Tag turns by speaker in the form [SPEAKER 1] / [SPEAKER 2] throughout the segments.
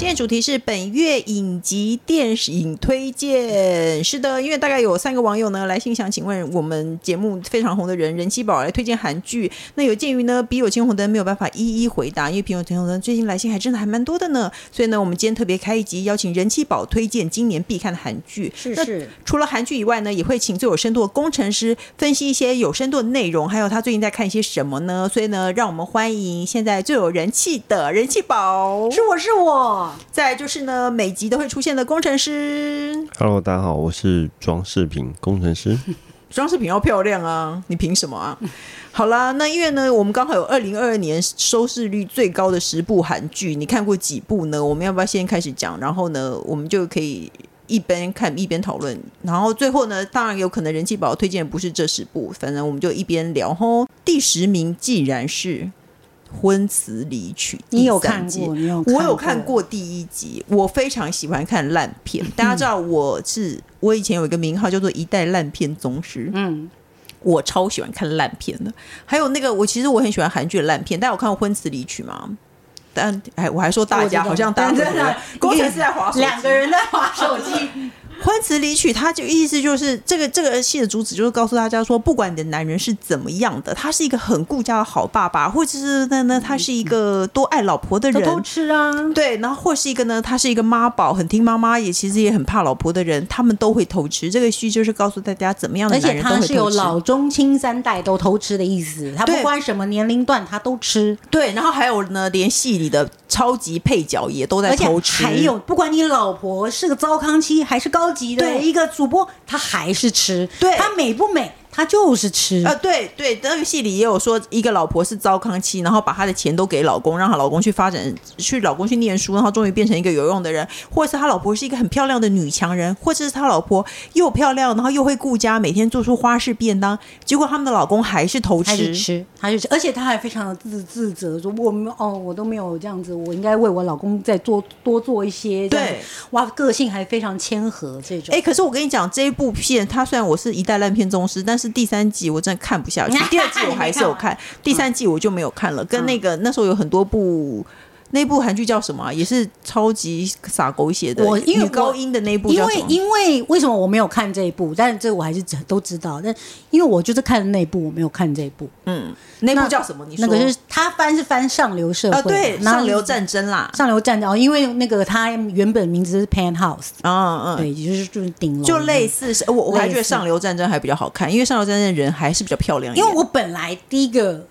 [SPEAKER 1] 今天主题是本月影集电影推荐。是的，因为大概有三个网友呢来信想请问我们节目非常红的人人气宝来推荐韩剧。那有鉴于呢笔友青红灯没有办法一一回答，因为笔友青红灯最近来信还真的还蛮多的呢。所以呢，我们今天特别开一集邀请人气宝推荐今年必看的韩剧。
[SPEAKER 2] 是
[SPEAKER 1] 那
[SPEAKER 2] 是，
[SPEAKER 1] 除了韩剧以外呢，也会请最有深度的工程师分析一些有深度的内容，还有他最近在看一些什么呢？所以呢，让我们欢迎现在最有人气的人气宝，
[SPEAKER 2] 是我是我，
[SPEAKER 1] 再来就是呢，每集都会出现的工程师。
[SPEAKER 3] Hello，大家好，我是装饰品工 程师。
[SPEAKER 1] 装饰品要漂亮啊，你凭什么啊？ 好啦，那因为呢，我们刚好有二零二二年收视率最高的十部韩剧，你看过几部呢？我们要不要先开始讲？然后呢，我们就可以一边看一边讨论。然后最后呢，当然有可能人气宝推荐的不是这十部，反正我们就一边聊吼。第十名既然是《婚词离曲》，
[SPEAKER 2] 你有
[SPEAKER 1] 第三
[SPEAKER 2] 看
[SPEAKER 1] 季
[SPEAKER 2] 过？你有
[SPEAKER 1] 我有看过第一集，我非常喜欢看烂片。大家知道我是我以前有一个名号叫做一代烂片宗师，
[SPEAKER 2] 嗯，
[SPEAKER 1] 我超喜欢看烂片的。还有那个我其实我很喜欢韩剧的烂片，但我看过《婚词离曲》吗？但哎，我还说大
[SPEAKER 2] 我知
[SPEAKER 1] 家
[SPEAKER 2] 道
[SPEAKER 1] 好 像大家
[SPEAKER 2] 对
[SPEAKER 1] 都
[SPEAKER 2] 对对
[SPEAKER 1] 工程师在划手机
[SPEAKER 2] 两个人在划 手机，
[SPEAKER 1] 婚词离曲，它就意思就是这个这个戏的主旨就是告诉大家说，不管你的男人是怎么样的，他是一个很顾家的好爸爸，或者是呢呢，他是一个多爱老婆的
[SPEAKER 2] 偷
[SPEAKER 1] 人，
[SPEAKER 2] 偷吃啊，
[SPEAKER 1] 对，然后或是一个呢，他是一个妈宝，很听妈妈，也其实也很怕老婆的人，他们都会偷吃。这个剧就是告诉大家怎么样的
[SPEAKER 2] 而
[SPEAKER 1] 男
[SPEAKER 2] 且
[SPEAKER 1] 人都会
[SPEAKER 2] 他是有
[SPEAKER 1] 偷吃。
[SPEAKER 2] 老中青三代都偷吃的意思，他
[SPEAKER 1] 对
[SPEAKER 2] 不管什么年龄段他都吃，
[SPEAKER 1] 对，然后还有呢，连戏里的超级配角也都在
[SPEAKER 2] 而且
[SPEAKER 1] 偷吃，
[SPEAKER 2] 还有不管你老婆是个糟糠妻还是高级的
[SPEAKER 1] 对
[SPEAKER 2] 一个主播，他还是吃，
[SPEAKER 1] 对
[SPEAKER 2] 他美不美，他就是吃，
[SPEAKER 1] 呃，对对，那个戏里也有说，一个老婆是糟糠妻，然后把她的钱都给老公，让她老公去发展，去老公去念书，然后终于变成一个有用的人，或者是她老婆是一个很漂亮的女强人，或者是她老婆又漂亮，然后又会顾家，每天做出花式便当，结果他们的老公还是偷
[SPEAKER 2] 还是
[SPEAKER 1] 吃。
[SPEAKER 2] 吃，还是吃，而且他还非常的自自责，说我没有哦，我都没有这样子，我应该为我老公再做多做一些。这样子
[SPEAKER 1] 对，
[SPEAKER 2] 哇，个性还非常谦和这种。。
[SPEAKER 1] 哎、可是我跟你讲，这一部片，它虽然我是一代烂片宗师，但是第三集我真的看不下去 第二季我还是有看，第三季我就没有看了。跟那个
[SPEAKER 2] 嗯
[SPEAKER 1] 那时候有很多部，那部韩剧叫什么啊、也是超级洒狗血的，
[SPEAKER 2] 我因为
[SPEAKER 1] 女高
[SPEAKER 2] 我
[SPEAKER 1] 音的那一部
[SPEAKER 2] 因
[SPEAKER 1] 叫
[SPEAKER 2] 为
[SPEAKER 1] 什么？
[SPEAKER 2] 因为为什么我没有看这一部？但是这我还是都知道，但因为我就是看了那一部，我没有看这一部。
[SPEAKER 1] 嗯，那
[SPEAKER 2] 那
[SPEAKER 1] 部叫什么？你说
[SPEAKER 2] 那个是他翻是翻上流社会
[SPEAKER 1] 啊，
[SPEAKER 2] 嘛，
[SPEAKER 1] 对，
[SPEAKER 2] 然后
[SPEAKER 1] 上流战争啦，
[SPEAKER 2] 上流战争哦，因为那个他原本名字是 Penthouse，
[SPEAKER 1] 嗯嗯。
[SPEAKER 2] 对，就是就是顶楼，
[SPEAKER 1] 就类。似是，我我还觉得
[SPEAKER 2] 嗯类似
[SPEAKER 1] 上流战争还比较好看，因为上流战争人还是比较漂亮一
[SPEAKER 2] 因
[SPEAKER 1] 点。
[SPEAKER 2] 为我本来第一个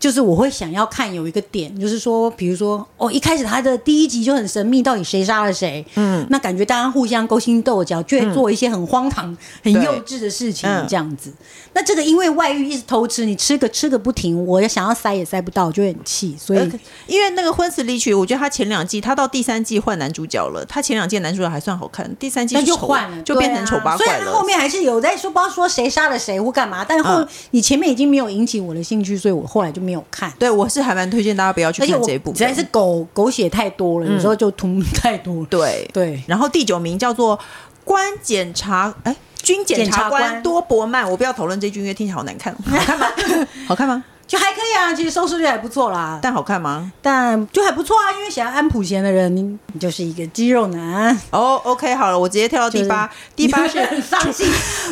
[SPEAKER 2] 就是我会想要看有一个点，就是说，比如说，哦，一开始他的第一集就很神秘，到底谁杀了谁？嗯，那感觉大家互相勾心斗角，就会做一些很荒唐、很
[SPEAKER 1] 嗯对
[SPEAKER 2] 幼稚的事情
[SPEAKER 1] 嗯，
[SPEAKER 2] 这样子。那这个因为外遇一直偷吃，你吃个吃个不停，我想要塞也塞不到，就会很气。所以
[SPEAKER 1] 而且呃因为那个《婚词离曲》，我觉得他前两季，他到第三季换男主角了。他前两季的男主角还算好看，第三季
[SPEAKER 2] 那就
[SPEAKER 1] 丑
[SPEAKER 2] 换了，
[SPEAKER 1] 就变成
[SPEAKER 2] 对
[SPEAKER 1] 丑
[SPEAKER 2] 啊
[SPEAKER 1] 八
[SPEAKER 2] 虽
[SPEAKER 1] 怪
[SPEAKER 2] 然他后
[SPEAKER 1] 了。
[SPEAKER 2] 面还是有在说，不知道说谁杀了谁或干嘛，但后、
[SPEAKER 1] 嗯
[SPEAKER 2] 你前面已经没有引起我的兴趣，所以我后来就没有看。
[SPEAKER 1] 对，我是还蛮推荐大家不要去
[SPEAKER 2] 而且
[SPEAKER 1] 看
[SPEAKER 2] 我
[SPEAKER 1] 这一部
[SPEAKER 2] 实在
[SPEAKER 1] 的。
[SPEAKER 2] 是狗狗血太多了，有时候就吐太多了。
[SPEAKER 1] 对。
[SPEAKER 2] 对，
[SPEAKER 1] 然后第九名叫做关检察，哎，军检
[SPEAKER 2] 检察
[SPEAKER 1] 察官
[SPEAKER 2] 官
[SPEAKER 1] 多伯曼。我不要讨论这句，因为听起来好难 看。好看吗？好看吗？
[SPEAKER 2] 就还可以啊，其实收视率还不错啦，但
[SPEAKER 1] 但好看吗？
[SPEAKER 2] 但就还不错啊，因为喜欢安普贤的人，你你就是一个肌肉男。
[SPEAKER 1] 哦、o k 好了，我直接跳到第八。第 八是
[SPEAKER 2] 很伤心，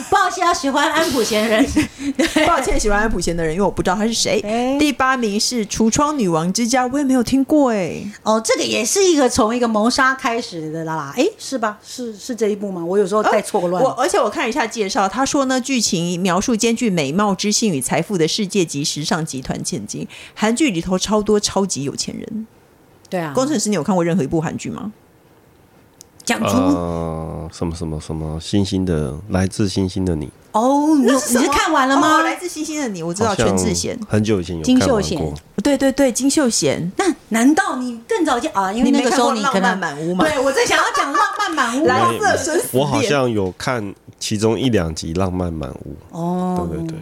[SPEAKER 2] 抱歉，啊喜欢安普贤的人， 对
[SPEAKER 1] 抱歉，喜欢安普贤的人，因为我不知道他是谁。
[SPEAKER 2] 哎
[SPEAKER 1] 第八名是《橱窗女王之家》，我也没有听过哎、
[SPEAKER 2] 哦，这个也是一个从一个谋杀开始的啦，哎，是吧？是是这一部吗？我有时候再错个乱
[SPEAKER 1] 哦我。而且我看了一下介绍，他说呢，剧情描述兼具美貌、知性与财富的世界级时尚集团千金。韩剧里头超多超级有钱人。
[SPEAKER 2] 对啊，
[SPEAKER 1] 工程师，你有看过任何一部韩剧吗？
[SPEAKER 2] 讲出
[SPEAKER 3] 呃，什么什么什么星星的，来自星星的你，
[SPEAKER 2] 哦，你有你是看完了吗
[SPEAKER 1] 哦？来自星星的你，我知道
[SPEAKER 3] 好像
[SPEAKER 1] 全智贤。
[SPEAKER 3] 很久以前有
[SPEAKER 2] 金
[SPEAKER 3] 看
[SPEAKER 2] 秀
[SPEAKER 3] 完
[SPEAKER 2] 贤
[SPEAKER 3] 过。
[SPEAKER 1] 对对对，金秀贤。
[SPEAKER 2] 那难道你更早见啊？因为
[SPEAKER 1] 你没
[SPEAKER 2] 那个时候
[SPEAKER 1] 看过
[SPEAKER 2] 你可
[SPEAKER 1] 浪漫
[SPEAKER 2] 能
[SPEAKER 1] 满屋吗
[SPEAKER 2] 对我正想要讲浪漫 满屋，
[SPEAKER 1] 蓝
[SPEAKER 3] 没
[SPEAKER 1] 色生死
[SPEAKER 3] 我好
[SPEAKER 1] 恋
[SPEAKER 3] 像有看其中一两集《浪漫满屋》。
[SPEAKER 2] 哦，
[SPEAKER 3] 对对对，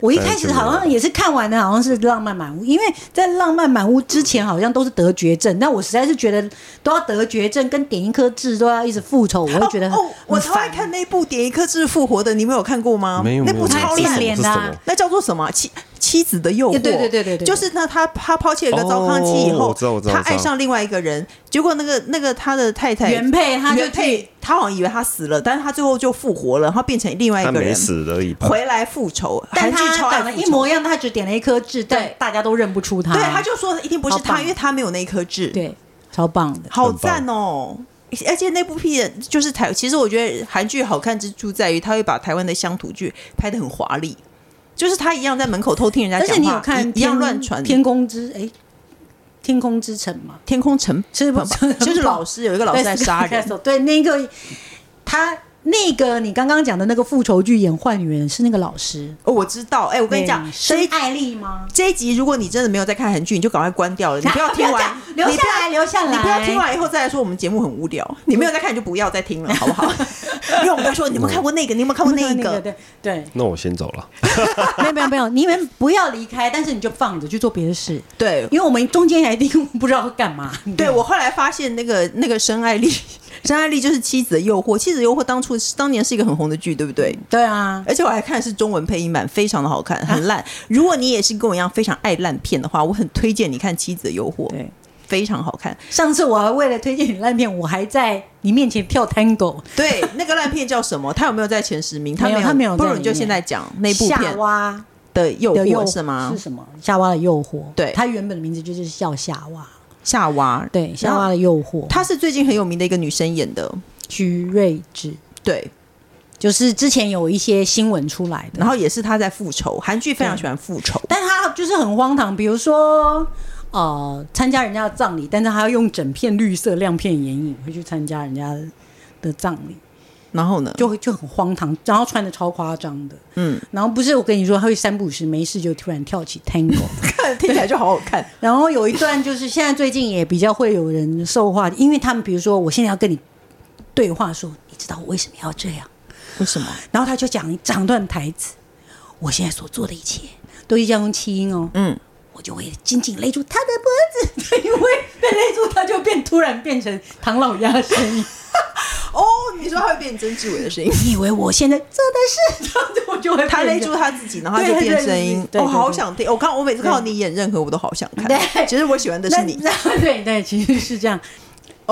[SPEAKER 2] 我一开始好像也是看完的，好像是《浪漫满屋》，因为在《浪漫满屋》之前好像都是得绝症，但我实在是觉得都要得绝症，跟点一颗痣都要一直复仇，我会觉得很
[SPEAKER 1] 哦，我
[SPEAKER 2] 很
[SPEAKER 1] 超爱
[SPEAKER 2] 烦
[SPEAKER 1] 看那部《点一颗痣复活》的，你们有看过吗？
[SPEAKER 3] 没有
[SPEAKER 1] 那
[SPEAKER 3] 没有
[SPEAKER 1] 部超
[SPEAKER 2] 没有
[SPEAKER 1] 烂
[SPEAKER 2] 经典
[SPEAKER 3] 这是什么
[SPEAKER 2] 的啊
[SPEAKER 1] 那叫做什么妻妻子的诱惑？
[SPEAKER 2] 对对对对对对
[SPEAKER 1] 就是那他他抛弃了一个糟糠妻以
[SPEAKER 3] 哦
[SPEAKER 1] 后
[SPEAKER 3] 我知道我，知道
[SPEAKER 1] 他
[SPEAKER 3] 我知道
[SPEAKER 1] 爱上另外一个人，结果那个那个他的太太
[SPEAKER 2] 原配他就
[SPEAKER 1] 原配，他好像以为他死了，但是他最后就复活了，他变成另外一
[SPEAKER 3] 他
[SPEAKER 1] 个
[SPEAKER 3] 没
[SPEAKER 1] 人，
[SPEAKER 3] 死而已吧。
[SPEAKER 1] 回来复仇，韩
[SPEAKER 2] 但
[SPEAKER 1] 剧超
[SPEAKER 2] 他
[SPEAKER 1] 爱
[SPEAKER 2] 长得
[SPEAKER 1] 复
[SPEAKER 2] 一
[SPEAKER 1] 仇
[SPEAKER 2] 模一样，他只点了一颗痣，但大家都认不出他。
[SPEAKER 1] 对，他就说一定不是
[SPEAKER 2] 好
[SPEAKER 1] 他，
[SPEAKER 2] 棒
[SPEAKER 1] 因为他没有那一颗痣。。
[SPEAKER 2] 对，超棒的。
[SPEAKER 1] 好赞哦！而且那部片就是台，其实我觉得韩剧好看之处在于，它会把台湾的乡土剧拍得很华丽，就是他一样在门口偷听人家
[SPEAKER 2] 但
[SPEAKER 1] 讲
[SPEAKER 2] 是
[SPEAKER 1] 话，
[SPEAKER 2] 你有看
[SPEAKER 1] 一一样
[SPEAKER 2] 天
[SPEAKER 1] 乱传
[SPEAKER 2] 天空之哎，天空之城吗？
[SPEAKER 1] 天空城，
[SPEAKER 2] 是不是
[SPEAKER 1] 就是老师有一个老师在 杀人，
[SPEAKER 2] 对。对，那个他那个你刚刚讲的那个复仇剧演坏女人是那个老师。
[SPEAKER 1] 哦，我知道，哎、我
[SPEAKER 2] 我
[SPEAKER 1] 跟你讲，这
[SPEAKER 2] 是
[SPEAKER 1] 一
[SPEAKER 2] 艾丽吗？
[SPEAKER 1] 这一集如果你真的没有在看韩剧，你就赶快关掉了，你不要听完，
[SPEAKER 2] 不要讲留下来，留下来，嗯
[SPEAKER 1] 你不要听。完以后再来说我们节目很无聊，你没有在看你就不要再听了，好不 好？因为我们要说你有没有看过那个，你有没有看过那
[SPEAKER 2] 那
[SPEAKER 1] 个？
[SPEAKER 2] 对对，
[SPEAKER 3] 那我先走了。
[SPEAKER 2] 没有没有没有，你们不要离开，但是你就放着去做别的事，
[SPEAKER 1] 对，
[SPEAKER 2] 因为我们中间还听 不知道干嘛。
[SPEAKER 1] 对我后来发现那个那个申爱丽， 申爱丽就是《妻子的诱惑》，《妻子的诱惑》当初是当年是一个很红的剧，对不对？
[SPEAKER 2] 对啊，
[SPEAKER 1] 而且我还看的是中文配音版，非常的好看，很烂。如果你也是跟我一样非常爱烂片的话，我很推荐你看《妻子的诱惑》，
[SPEAKER 2] 对。
[SPEAKER 1] 非常好看。
[SPEAKER 2] 上次我还为了推荐你烂片，我还在你面前跳 tango。
[SPEAKER 1] 对，那个烂片叫什么？他有没有在前十名？他
[SPEAKER 2] 没有
[SPEAKER 1] 有，
[SPEAKER 2] 他没有在
[SPEAKER 1] 不如
[SPEAKER 2] 里
[SPEAKER 1] 你就
[SPEAKER 2] 面
[SPEAKER 1] 现在讲那部
[SPEAKER 2] 夏
[SPEAKER 1] 片
[SPEAKER 2] 娃
[SPEAKER 1] 的诱
[SPEAKER 2] 的诱
[SPEAKER 1] 惑是吗
[SPEAKER 2] 是？什么？夏娃的诱惑。
[SPEAKER 1] 对
[SPEAKER 2] 它原本的名字就是叫夏娃。
[SPEAKER 1] 夏娃，
[SPEAKER 2] 对，夏娃的诱惑。
[SPEAKER 1] 她是最近很有名的一个女生演的，
[SPEAKER 2] 徐睿智，
[SPEAKER 1] 对，
[SPEAKER 2] 就是之前有一些新闻出来的，
[SPEAKER 1] 然后也是她在复仇，韩剧非常喜欢复仇。
[SPEAKER 2] 但他就是很荒唐，比如说。呃，参加人家的葬礼，但是他要用整片绿色亮片眼影，会去参加人家的葬礼，
[SPEAKER 1] 然 后呢？
[SPEAKER 2] 就会就很荒唐，然后穿的超夸张的，
[SPEAKER 1] 嗯，
[SPEAKER 2] 然后不是我跟你说，他会三不五时没事就突然跳起 tango，
[SPEAKER 1] 看听起来就好好看。
[SPEAKER 2] 然后有一段就是现在最近也比较会有人受话，因为他们比如说我现在要跟你对话说，你知道我为什么要这样？
[SPEAKER 1] 为什么？
[SPEAKER 2] 然后他就讲一长段台词，我现在所做的一切都一定要用气音哦，
[SPEAKER 1] 嗯，
[SPEAKER 2] 我就会紧紧勒住他的脖子，因为被勒住他就变突然变成唐老鸭的声音。
[SPEAKER 1] 哦，你说他会变曾志伟的声音，
[SPEAKER 2] 你以为我现在做的是，这样子我就 会
[SPEAKER 1] 他勒
[SPEAKER 2] 变成
[SPEAKER 1] 住他自己，然后他
[SPEAKER 2] 对
[SPEAKER 1] 就
[SPEAKER 2] 他
[SPEAKER 1] 变
[SPEAKER 2] 认
[SPEAKER 1] 声
[SPEAKER 2] 识
[SPEAKER 1] 音
[SPEAKER 2] 自。己
[SPEAKER 1] 我、
[SPEAKER 2] 对
[SPEAKER 1] 哦、
[SPEAKER 2] 对
[SPEAKER 1] 好
[SPEAKER 2] 对
[SPEAKER 1] 想听，我刚我每次看到你演任何我都好想看。
[SPEAKER 2] 对
[SPEAKER 1] 其实我喜欢的
[SPEAKER 2] 那
[SPEAKER 1] 是你。哦
[SPEAKER 2] 那对对，其实是这样。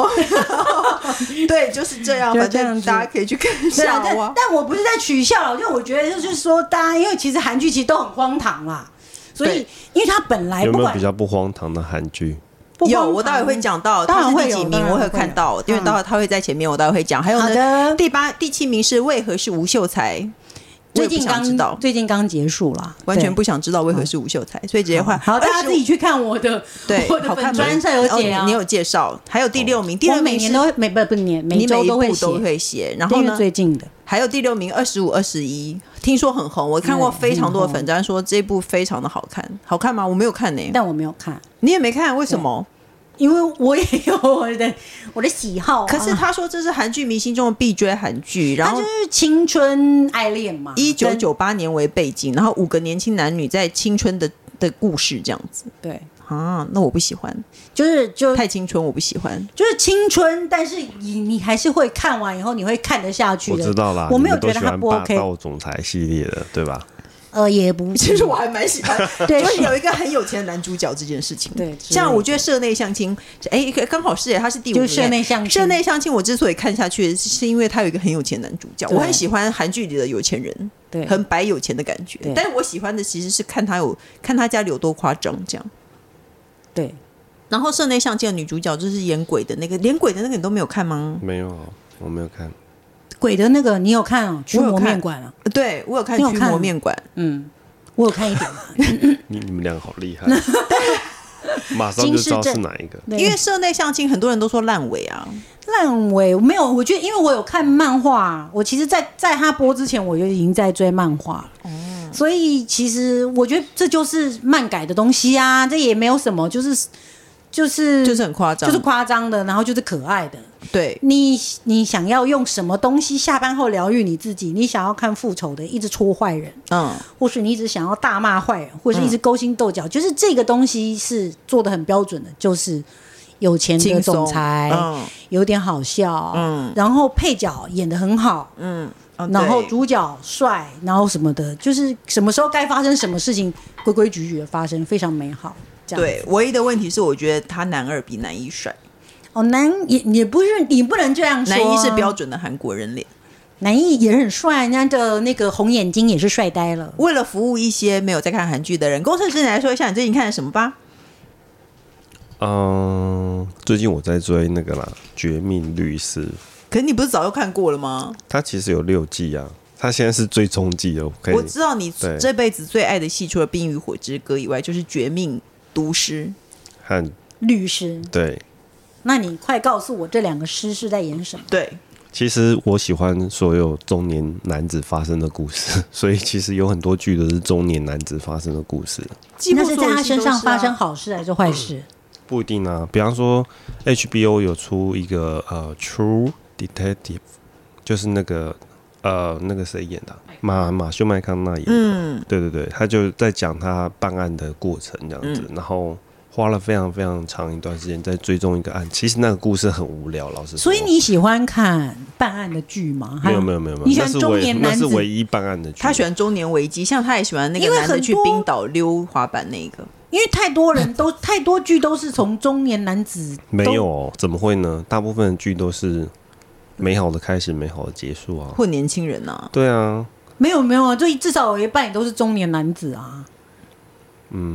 [SPEAKER 1] 对，就是这样，
[SPEAKER 2] 就
[SPEAKER 1] 反
[SPEAKER 2] 这样
[SPEAKER 1] 正
[SPEAKER 2] 子
[SPEAKER 1] 大家可以去看一
[SPEAKER 2] 对啊
[SPEAKER 1] 下，
[SPEAKER 2] 但
[SPEAKER 1] 哇。
[SPEAKER 2] 但我不是在取笑，因为我觉得就是说，大家因为其实韩剧其实都很荒唐啦，所以
[SPEAKER 1] 对
[SPEAKER 2] 因为他本来
[SPEAKER 3] 有
[SPEAKER 2] 不
[SPEAKER 3] 没有
[SPEAKER 2] 管
[SPEAKER 3] 比较不荒唐的韩剧？
[SPEAKER 2] 不荒
[SPEAKER 1] 有，
[SPEAKER 2] 唐
[SPEAKER 1] 我待会会讲到，
[SPEAKER 2] 当然
[SPEAKER 1] 他是
[SPEAKER 2] 会
[SPEAKER 1] 第
[SPEAKER 2] 有
[SPEAKER 1] 几
[SPEAKER 2] 当
[SPEAKER 1] 名
[SPEAKER 2] 然
[SPEAKER 1] 我
[SPEAKER 2] 会
[SPEAKER 1] 会
[SPEAKER 2] 有
[SPEAKER 1] 看到，因为
[SPEAKER 2] 嗯
[SPEAKER 1] 待会他会在前面，我待会会讲。还有
[SPEAKER 2] 好
[SPEAKER 1] 呢，
[SPEAKER 2] 的
[SPEAKER 1] 第八、第七名是为何是吴秀才，我
[SPEAKER 2] 最
[SPEAKER 1] 也不
[SPEAKER 2] 近
[SPEAKER 1] 想知
[SPEAKER 2] 刚
[SPEAKER 1] 道，
[SPEAKER 2] 最近刚结束啦，
[SPEAKER 1] 完全
[SPEAKER 2] 对
[SPEAKER 1] 不想知道为何是吴秀才，所以直接换。
[SPEAKER 2] 好，大家
[SPEAKER 1] 25
[SPEAKER 2] 自己去看我的
[SPEAKER 1] 对，
[SPEAKER 2] 我的
[SPEAKER 1] 好看
[SPEAKER 2] 粉
[SPEAKER 1] 吗
[SPEAKER 2] 专上有写
[SPEAKER 1] 哦
[SPEAKER 2] 啊，哦
[SPEAKER 1] 你你有介绍。还有第六名，第
[SPEAKER 2] 我
[SPEAKER 1] 六
[SPEAKER 2] 每
[SPEAKER 1] 名
[SPEAKER 2] 年
[SPEAKER 1] 是
[SPEAKER 2] 都会每不不年每
[SPEAKER 1] 你每
[SPEAKER 2] 周
[SPEAKER 1] 一
[SPEAKER 2] 都
[SPEAKER 1] 部
[SPEAKER 2] 会
[SPEAKER 1] 都
[SPEAKER 2] 写，
[SPEAKER 1] 会写，然后
[SPEAKER 2] 因为
[SPEAKER 1] 呢？
[SPEAKER 2] 最近的
[SPEAKER 1] 还有第六名二十五、二十一，听说很红，我看过
[SPEAKER 2] 对
[SPEAKER 1] 非常多的
[SPEAKER 2] 嗯很红
[SPEAKER 1] 粉专说这部非常的好看，好看吗？我没有看呢、
[SPEAKER 2] 但我没有看，
[SPEAKER 1] 你也没看，为什么？
[SPEAKER 2] 因为我也有我的我的喜好啊、
[SPEAKER 1] 可是他说这是韩剧迷心中的必追韩剧，然
[SPEAKER 2] 它
[SPEAKER 1] 后
[SPEAKER 2] 就是青春爱恋嘛，
[SPEAKER 1] 一九
[SPEAKER 2] 跟
[SPEAKER 1] 九八年为背景，然后五个年轻男女在青春的的故事这样子
[SPEAKER 2] 对，
[SPEAKER 1] 啊，那我不喜欢，
[SPEAKER 2] 就是就
[SPEAKER 1] 太青春我不喜欢。
[SPEAKER 2] 就是青春，但是你你还是会看完以后你会看得下去
[SPEAKER 3] 我
[SPEAKER 2] 的。
[SPEAKER 3] 知道啦，
[SPEAKER 2] 我
[SPEAKER 3] 你
[SPEAKER 2] 没有
[SPEAKER 3] 们都
[SPEAKER 2] 觉得
[SPEAKER 3] 喜
[SPEAKER 2] 它
[SPEAKER 3] 欢
[SPEAKER 2] 不
[SPEAKER 3] 霸
[SPEAKER 2] OK，
[SPEAKER 3] 道总裁系列的，对吧？
[SPEAKER 2] 呃，也不
[SPEAKER 1] 其实我还蛮 喜欢，
[SPEAKER 2] 对
[SPEAKER 1] 就是有一个很有钱的男主角这件事情。
[SPEAKER 2] 对
[SPEAKER 1] 像我觉得社内相亲，哎，刚好是耶，他是第五
[SPEAKER 2] 就
[SPEAKER 1] 名。
[SPEAKER 2] 是社内相亲
[SPEAKER 1] 社内相亲，我之所以看下去，是因为他有一个很有钱的男主角，
[SPEAKER 2] 对
[SPEAKER 1] 我很喜欢韩剧里的有钱人，
[SPEAKER 2] 对
[SPEAKER 1] 很白有钱的感觉
[SPEAKER 2] 对。
[SPEAKER 1] 但是我喜欢的其实是看他有看他家里有多夸张这样。
[SPEAKER 2] 对，
[SPEAKER 1] 然后社内相亲的女主角就是演鬼的那个，连鬼的那个你都没有看吗？
[SPEAKER 3] 没有，我没有看。
[SPEAKER 2] 鬼的那个你有看哦？驱
[SPEAKER 1] 我有
[SPEAKER 2] 魔
[SPEAKER 1] 看
[SPEAKER 2] 面馆啊，
[SPEAKER 1] 呃对我有看
[SPEAKER 2] 你有
[SPEAKER 1] 《驱
[SPEAKER 2] 看
[SPEAKER 1] 魔面馆》，
[SPEAKER 2] 嗯，我有看一点啊，
[SPEAKER 3] 你你们俩好 厉害，马上
[SPEAKER 2] 金
[SPEAKER 3] 就
[SPEAKER 2] 世
[SPEAKER 3] 知道
[SPEAKER 2] 正
[SPEAKER 3] 是哪一个。
[SPEAKER 2] 对
[SPEAKER 1] 因为社内相亲很多人都说烂尾啊，
[SPEAKER 2] 烂尾没有，我觉得因为我有看漫画，我其实在，在他播之前我就已经在追漫画了。所以其实我觉得这就是漫改的东西啊，这也没有什么，就是就是
[SPEAKER 1] 就是很夸张，
[SPEAKER 2] 就是夸张的，然后就是可爱的。
[SPEAKER 1] 对，
[SPEAKER 2] 你你想要用什么东西下班后疗愈你自己？你想要看复仇的，一直戳坏人，
[SPEAKER 1] 嗯，
[SPEAKER 2] 或是你一直想要大骂坏人，或是一直勾心斗角，就是这个东西是做的很标准的，就是有钱的
[SPEAKER 1] 轻松
[SPEAKER 2] 总裁，
[SPEAKER 1] 嗯
[SPEAKER 2] 有点好笑，
[SPEAKER 1] 嗯
[SPEAKER 2] 然后配角演的很好，
[SPEAKER 1] 嗯，哦
[SPEAKER 2] 然后
[SPEAKER 1] 对
[SPEAKER 2] 主角帅，然后什么的，就是什么时候该发生什么事情，规规矩矩的发生，非常美好。这样
[SPEAKER 1] 对，唯一的问题是，我觉得他男二比男一帅，
[SPEAKER 2] 哦，男也也不是你不能这样说、啊
[SPEAKER 1] 男一是标，准的韩国人脸。
[SPEAKER 2] 男一也很帅，人家的那个红眼睛也是帅呆了。
[SPEAKER 1] 为了服务一些没有在看韩剧的人，公司之前来说一下你最近看了什么吧。
[SPEAKER 3] 嗯，最近我在追那个啦，《绝命律师》，
[SPEAKER 1] 可是你不是早就看过了吗？
[SPEAKER 3] 它其实有六季啊，它现在是最终季哦了，我可以
[SPEAKER 1] 我知道你
[SPEAKER 3] 对
[SPEAKER 1] 这辈子最爱的戏，除了《冰与火之歌》以外，就是《绝命毒师》。
[SPEAKER 3] 看
[SPEAKER 2] 律师，
[SPEAKER 3] 对。
[SPEAKER 2] 那你快告诉我这两个诗是在演什么？
[SPEAKER 1] 对，
[SPEAKER 3] 其实我喜欢所有中年男子发生的故事， 所以其实有很多剧都是中年男子发生的故事，
[SPEAKER 1] 几乎
[SPEAKER 2] 那是
[SPEAKER 1] 所
[SPEAKER 2] 在
[SPEAKER 1] 有
[SPEAKER 2] 他
[SPEAKER 1] 戏都
[SPEAKER 2] 身上
[SPEAKER 1] 是啊
[SPEAKER 2] 发生好事还是坏事？
[SPEAKER 3] 不一定啊。比方说，HBO 有出一个呃《True Detective》，就是那个呃那个谁演的啊、马马修麦康纳演的，
[SPEAKER 1] 嗯，
[SPEAKER 3] 对对对，他就在讲他办案的过程这样
[SPEAKER 2] 嗯
[SPEAKER 3] 子，然后花了非常非常长一段时间在追踪一个案。其实那个故事很无聊，老实说。
[SPEAKER 2] 所以你喜欢看办案的剧吗？
[SPEAKER 3] 没有没有没有没
[SPEAKER 2] 你喜
[SPEAKER 3] 有，那
[SPEAKER 2] 欢
[SPEAKER 3] 是
[SPEAKER 2] 中
[SPEAKER 3] 唯
[SPEAKER 2] 年
[SPEAKER 3] 那
[SPEAKER 2] 男
[SPEAKER 3] 是
[SPEAKER 2] 子？
[SPEAKER 3] 唯一办案的剧。
[SPEAKER 1] 他喜欢中年危机，像他也喜欢那
[SPEAKER 2] 因
[SPEAKER 1] 个
[SPEAKER 2] 为
[SPEAKER 1] 男的
[SPEAKER 2] 很
[SPEAKER 1] 去
[SPEAKER 2] 多
[SPEAKER 1] 冰岛溜滑板那个。
[SPEAKER 2] 因为太多 人都太多剧都是从中年男子
[SPEAKER 3] 没有
[SPEAKER 2] 都
[SPEAKER 3] 哦，怎么会呢？大部分的剧都是美好的开始，美好的结束啊。
[SPEAKER 1] 或年轻人啊，
[SPEAKER 3] 对啊，
[SPEAKER 2] 没有没有啊，就至少有一半也都是中年男子啊。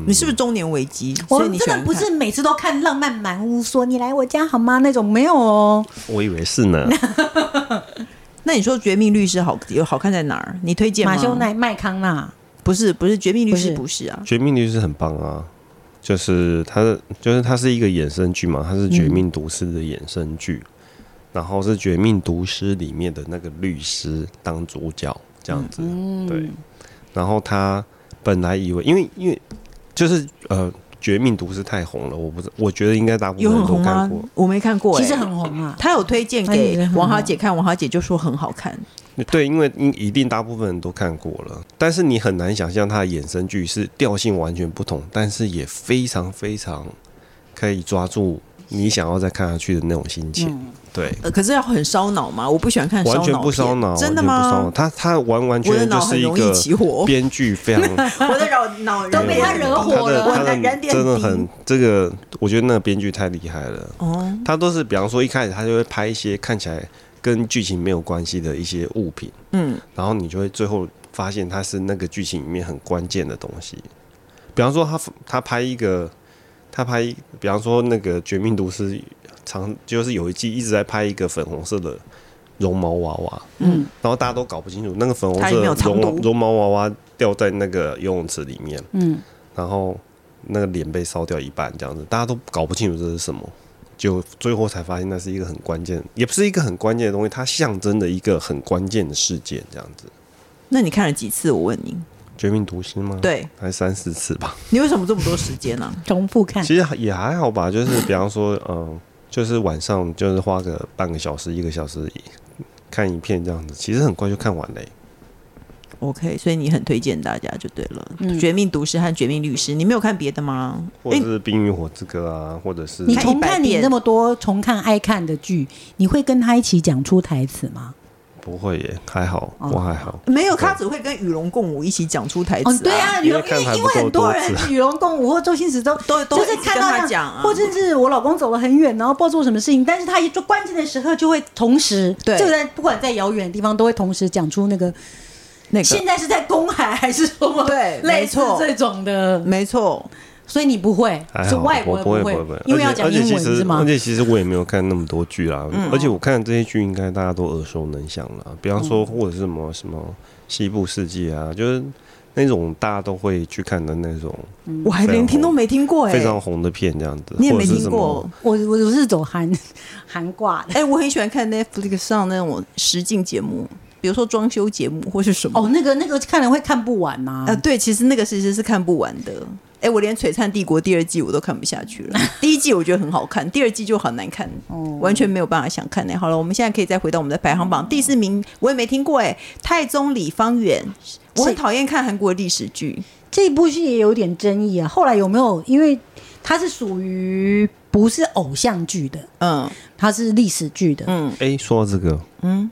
[SPEAKER 1] 你是不是中年危机？
[SPEAKER 2] 我
[SPEAKER 1] 所以你
[SPEAKER 2] 真
[SPEAKER 1] 喜
[SPEAKER 2] 的
[SPEAKER 1] 欢
[SPEAKER 2] 不
[SPEAKER 1] 看
[SPEAKER 2] 是每次都看《浪漫满屋》说你来我家好吗那种，没有哦。
[SPEAKER 3] 我以为是呢。
[SPEAKER 1] 那你说《绝命律师》好有好看在哪儿？你推荐吗？
[SPEAKER 2] 马修奈麦康纳，
[SPEAKER 1] 不是不是《绝命律师》不
[SPEAKER 2] 不
[SPEAKER 1] 是啊
[SPEAKER 3] 《绝命律师》很棒啊，就是它的，就是它是一个衍生剧嘛，它是《绝命毒师》的衍生剧，然后是《绝命毒师》里面的那个律师当主角这样子，
[SPEAKER 1] 嗯
[SPEAKER 2] 嗯
[SPEAKER 3] 对。然后他本来以为，因为因为就是呃，《绝命毒师》太红了，我不知，我觉得应该大部
[SPEAKER 1] 有
[SPEAKER 3] 分人
[SPEAKER 1] 很
[SPEAKER 3] 都
[SPEAKER 1] 红
[SPEAKER 3] 看
[SPEAKER 1] 吗
[SPEAKER 3] 过。？
[SPEAKER 1] 我没看过、欸，
[SPEAKER 2] 其实很红啊。
[SPEAKER 1] 他有推荐
[SPEAKER 2] 那你觉
[SPEAKER 1] 给
[SPEAKER 2] 得很好啊
[SPEAKER 1] 王豪姐看，王豪姐就说很好看。
[SPEAKER 3] 对，因为你一定大部分人都看过了，但是你很难想象它的衍生剧是调性完全不同，但是也非常非常可以抓住你想要再看下去的那种心情。对，
[SPEAKER 1] 呃，可是要很烧脑嘛，我不喜欢看烧脑
[SPEAKER 3] 完
[SPEAKER 1] 片，
[SPEAKER 3] 全不烧脑，
[SPEAKER 1] 真的
[SPEAKER 3] 完全不烧脑
[SPEAKER 1] 吗？
[SPEAKER 3] 它它完完全
[SPEAKER 1] 我的
[SPEAKER 3] 全就
[SPEAKER 1] 脑
[SPEAKER 3] 是
[SPEAKER 1] 很
[SPEAKER 3] 一
[SPEAKER 1] 容易
[SPEAKER 3] 个
[SPEAKER 1] 起火，
[SPEAKER 3] 编剧非 常
[SPEAKER 1] 我 的脑脑
[SPEAKER 2] 都被他惹火了
[SPEAKER 3] 对它的它
[SPEAKER 1] 我的
[SPEAKER 3] 的
[SPEAKER 1] 燃点
[SPEAKER 3] 真的
[SPEAKER 1] 低
[SPEAKER 3] 很这个，我觉得那个编剧太厉害了。
[SPEAKER 1] 哦，
[SPEAKER 3] 他都是比方说一开始他就会拍一些看起来跟剧情没有关系的一些物品，
[SPEAKER 1] 嗯，
[SPEAKER 3] 然后你就会最后发现它是那个剧情里面很关键的东西。比方说他他拍一个，他拍一比方说那个《绝命毒师》常就是有一季一直在拍一个粉红色的绒毛娃娃，嗯，然后大家都搞不清楚那个粉红
[SPEAKER 1] 它里
[SPEAKER 3] 色
[SPEAKER 1] 面有藏
[SPEAKER 3] 绒毛
[SPEAKER 1] 毒
[SPEAKER 3] 绒毛娃娃掉在那个游泳池里面，
[SPEAKER 2] 嗯，
[SPEAKER 3] 然后那个脸被烧掉一半这样子，大家都搞不清楚这是什么。就最后才发现，那是一个很关键，也不是一个很关键的东西，它象征的一个很关键的事件，这样子。
[SPEAKER 1] 那你看了几次？我问你，
[SPEAKER 3] 绝命毒师吗？，
[SPEAKER 1] 对
[SPEAKER 3] 还三四次吧。
[SPEAKER 1] 你为什么这么多时间啊呢、
[SPEAKER 2] 重复看。
[SPEAKER 3] 其实也还好吧，就是比方说，嗯，就是晚上就是花个半个小时、一个小时看一片这样子，其实很快就看完嘞、
[SPEAKER 1] o k 所以你很推荐大家就对了，
[SPEAKER 2] 嗯
[SPEAKER 1] 绝命毒师》和《绝命律师》，你没有看别的吗？
[SPEAKER 3] 或者是《冰与火之歌》啊，或者是
[SPEAKER 2] 你
[SPEAKER 1] 看
[SPEAKER 2] 重
[SPEAKER 1] 100
[SPEAKER 2] 看
[SPEAKER 1] 遍
[SPEAKER 2] 你那么多重看爱看的剧，你会跟他一起讲出台词吗？
[SPEAKER 3] 不会耶，还好，
[SPEAKER 2] 哦
[SPEAKER 3] 我还好。
[SPEAKER 1] 没有，他只会跟与龙共舞一起讲出台词、
[SPEAKER 2] 哦，对啊，
[SPEAKER 3] 因
[SPEAKER 2] 因
[SPEAKER 3] 为
[SPEAKER 2] 为
[SPEAKER 3] 看还
[SPEAKER 2] 因
[SPEAKER 3] 不
[SPEAKER 2] 为
[SPEAKER 3] 够
[SPEAKER 2] 很多人
[SPEAKER 3] 多次
[SPEAKER 2] 与龙共舞或周星驰都
[SPEAKER 1] 都都
[SPEAKER 2] 就是
[SPEAKER 1] 一直
[SPEAKER 2] 看
[SPEAKER 1] 跟
[SPEAKER 2] 到
[SPEAKER 1] 他
[SPEAKER 2] 那
[SPEAKER 1] 讲啊
[SPEAKER 2] 或者是我老公走了很远，然后不知道做什么事情，但是他一就关键的时刻就会同时，
[SPEAKER 1] 对
[SPEAKER 2] 这个在不管在遥远的地方都会同时讲出那个
[SPEAKER 1] 那个
[SPEAKER 2] 现在是在公海还是什么
[SPEAKER 1] 对
[SPEAKER 2] 类似
[SPEAKER 1] 没错
[SPEAKER 2] 这种的，
[SPEAKER 1] 没错，
[SPEAKER 2] 所以你不会
[SPEAKER 3] 还
[SPEAKER 2] 是
[SPEAKER 3] 好，
[SPEAKER 2] 外国
[SPEAKER 3] 我
[SPEAKER 2] 人
[SPEAKER 3] 不会
[SPEAKER 2] 会
[SPEAKER 3] 不不会，，
[SPEAKER 2] 因为要
[SPEAKER 3] 而且
[SPEAKER 2] 讲英
[SPEAKER 3] 而且
[SPEAKER 2] 文
[SPEAKER 3] 其实
[SPEAKER 2] 是吗嗯
[SPEAKER 3] 而？且其实我也没有看那么多剧啦，而且我看这些剧应该大家都耳熟能详啦，比方说
[SPEAKER 2] 嗯
[SPEAKER 3] 或者是什么什么西部世界啊，就是那种大家都会去看的那种
[SPEAKER 2] 嗯
[SPEAKER 1] 我还连听都没听过哎、
[SPEAKER 3] 非常红的片这样子，
[SPEAKER 1] 你也
[SPEAKER 3] 或
[SPEAKER 1] 没
[SPEAKER 3] 者是
[SPEAKER 1] 听
[SPEAKER 3] 什
[SPEAKER 1] 过
[SPEAKER 3] 么。。
[SPEAKER 2] 我我我是走韩韩挂的
[SPEAKER 1] 哎、我很喜欢看 Netflix 上那种实境节目，比如说装
[SPEAKER 2] 哦
[SPEAKER 1] 修节目或是什么。
[SPEAKER 2] 哦，那个那个看了会看不完呐、
[SPEAKER 1] 呃，对，其实那个其实是看不完的。哎，我连《璀璨帝国》第二季我都看不下去 了。第一季我觉得很好看，第二季就好难看，
[SPEAKER 2] 哦
[SPEAKER 1] 完全没有办法想看呢、好了，我们现在可以再回到我们的排行
[SPEAKER 2] 哦
[SPEAKER 1] 榜，第四名我也没听过哎、太宗李方圆。我很讨厌看韩国历史剧，
[SPEAKER 2] 这部戏也有点争议啊。后来有没有？因为它是属于不是偶像剧的，
[SPEAKER 1] 嗯，
[SPEAKER 2] 它是历史剧的。嗯，
[SPEAKER 3] 哎、说到这个，嗯，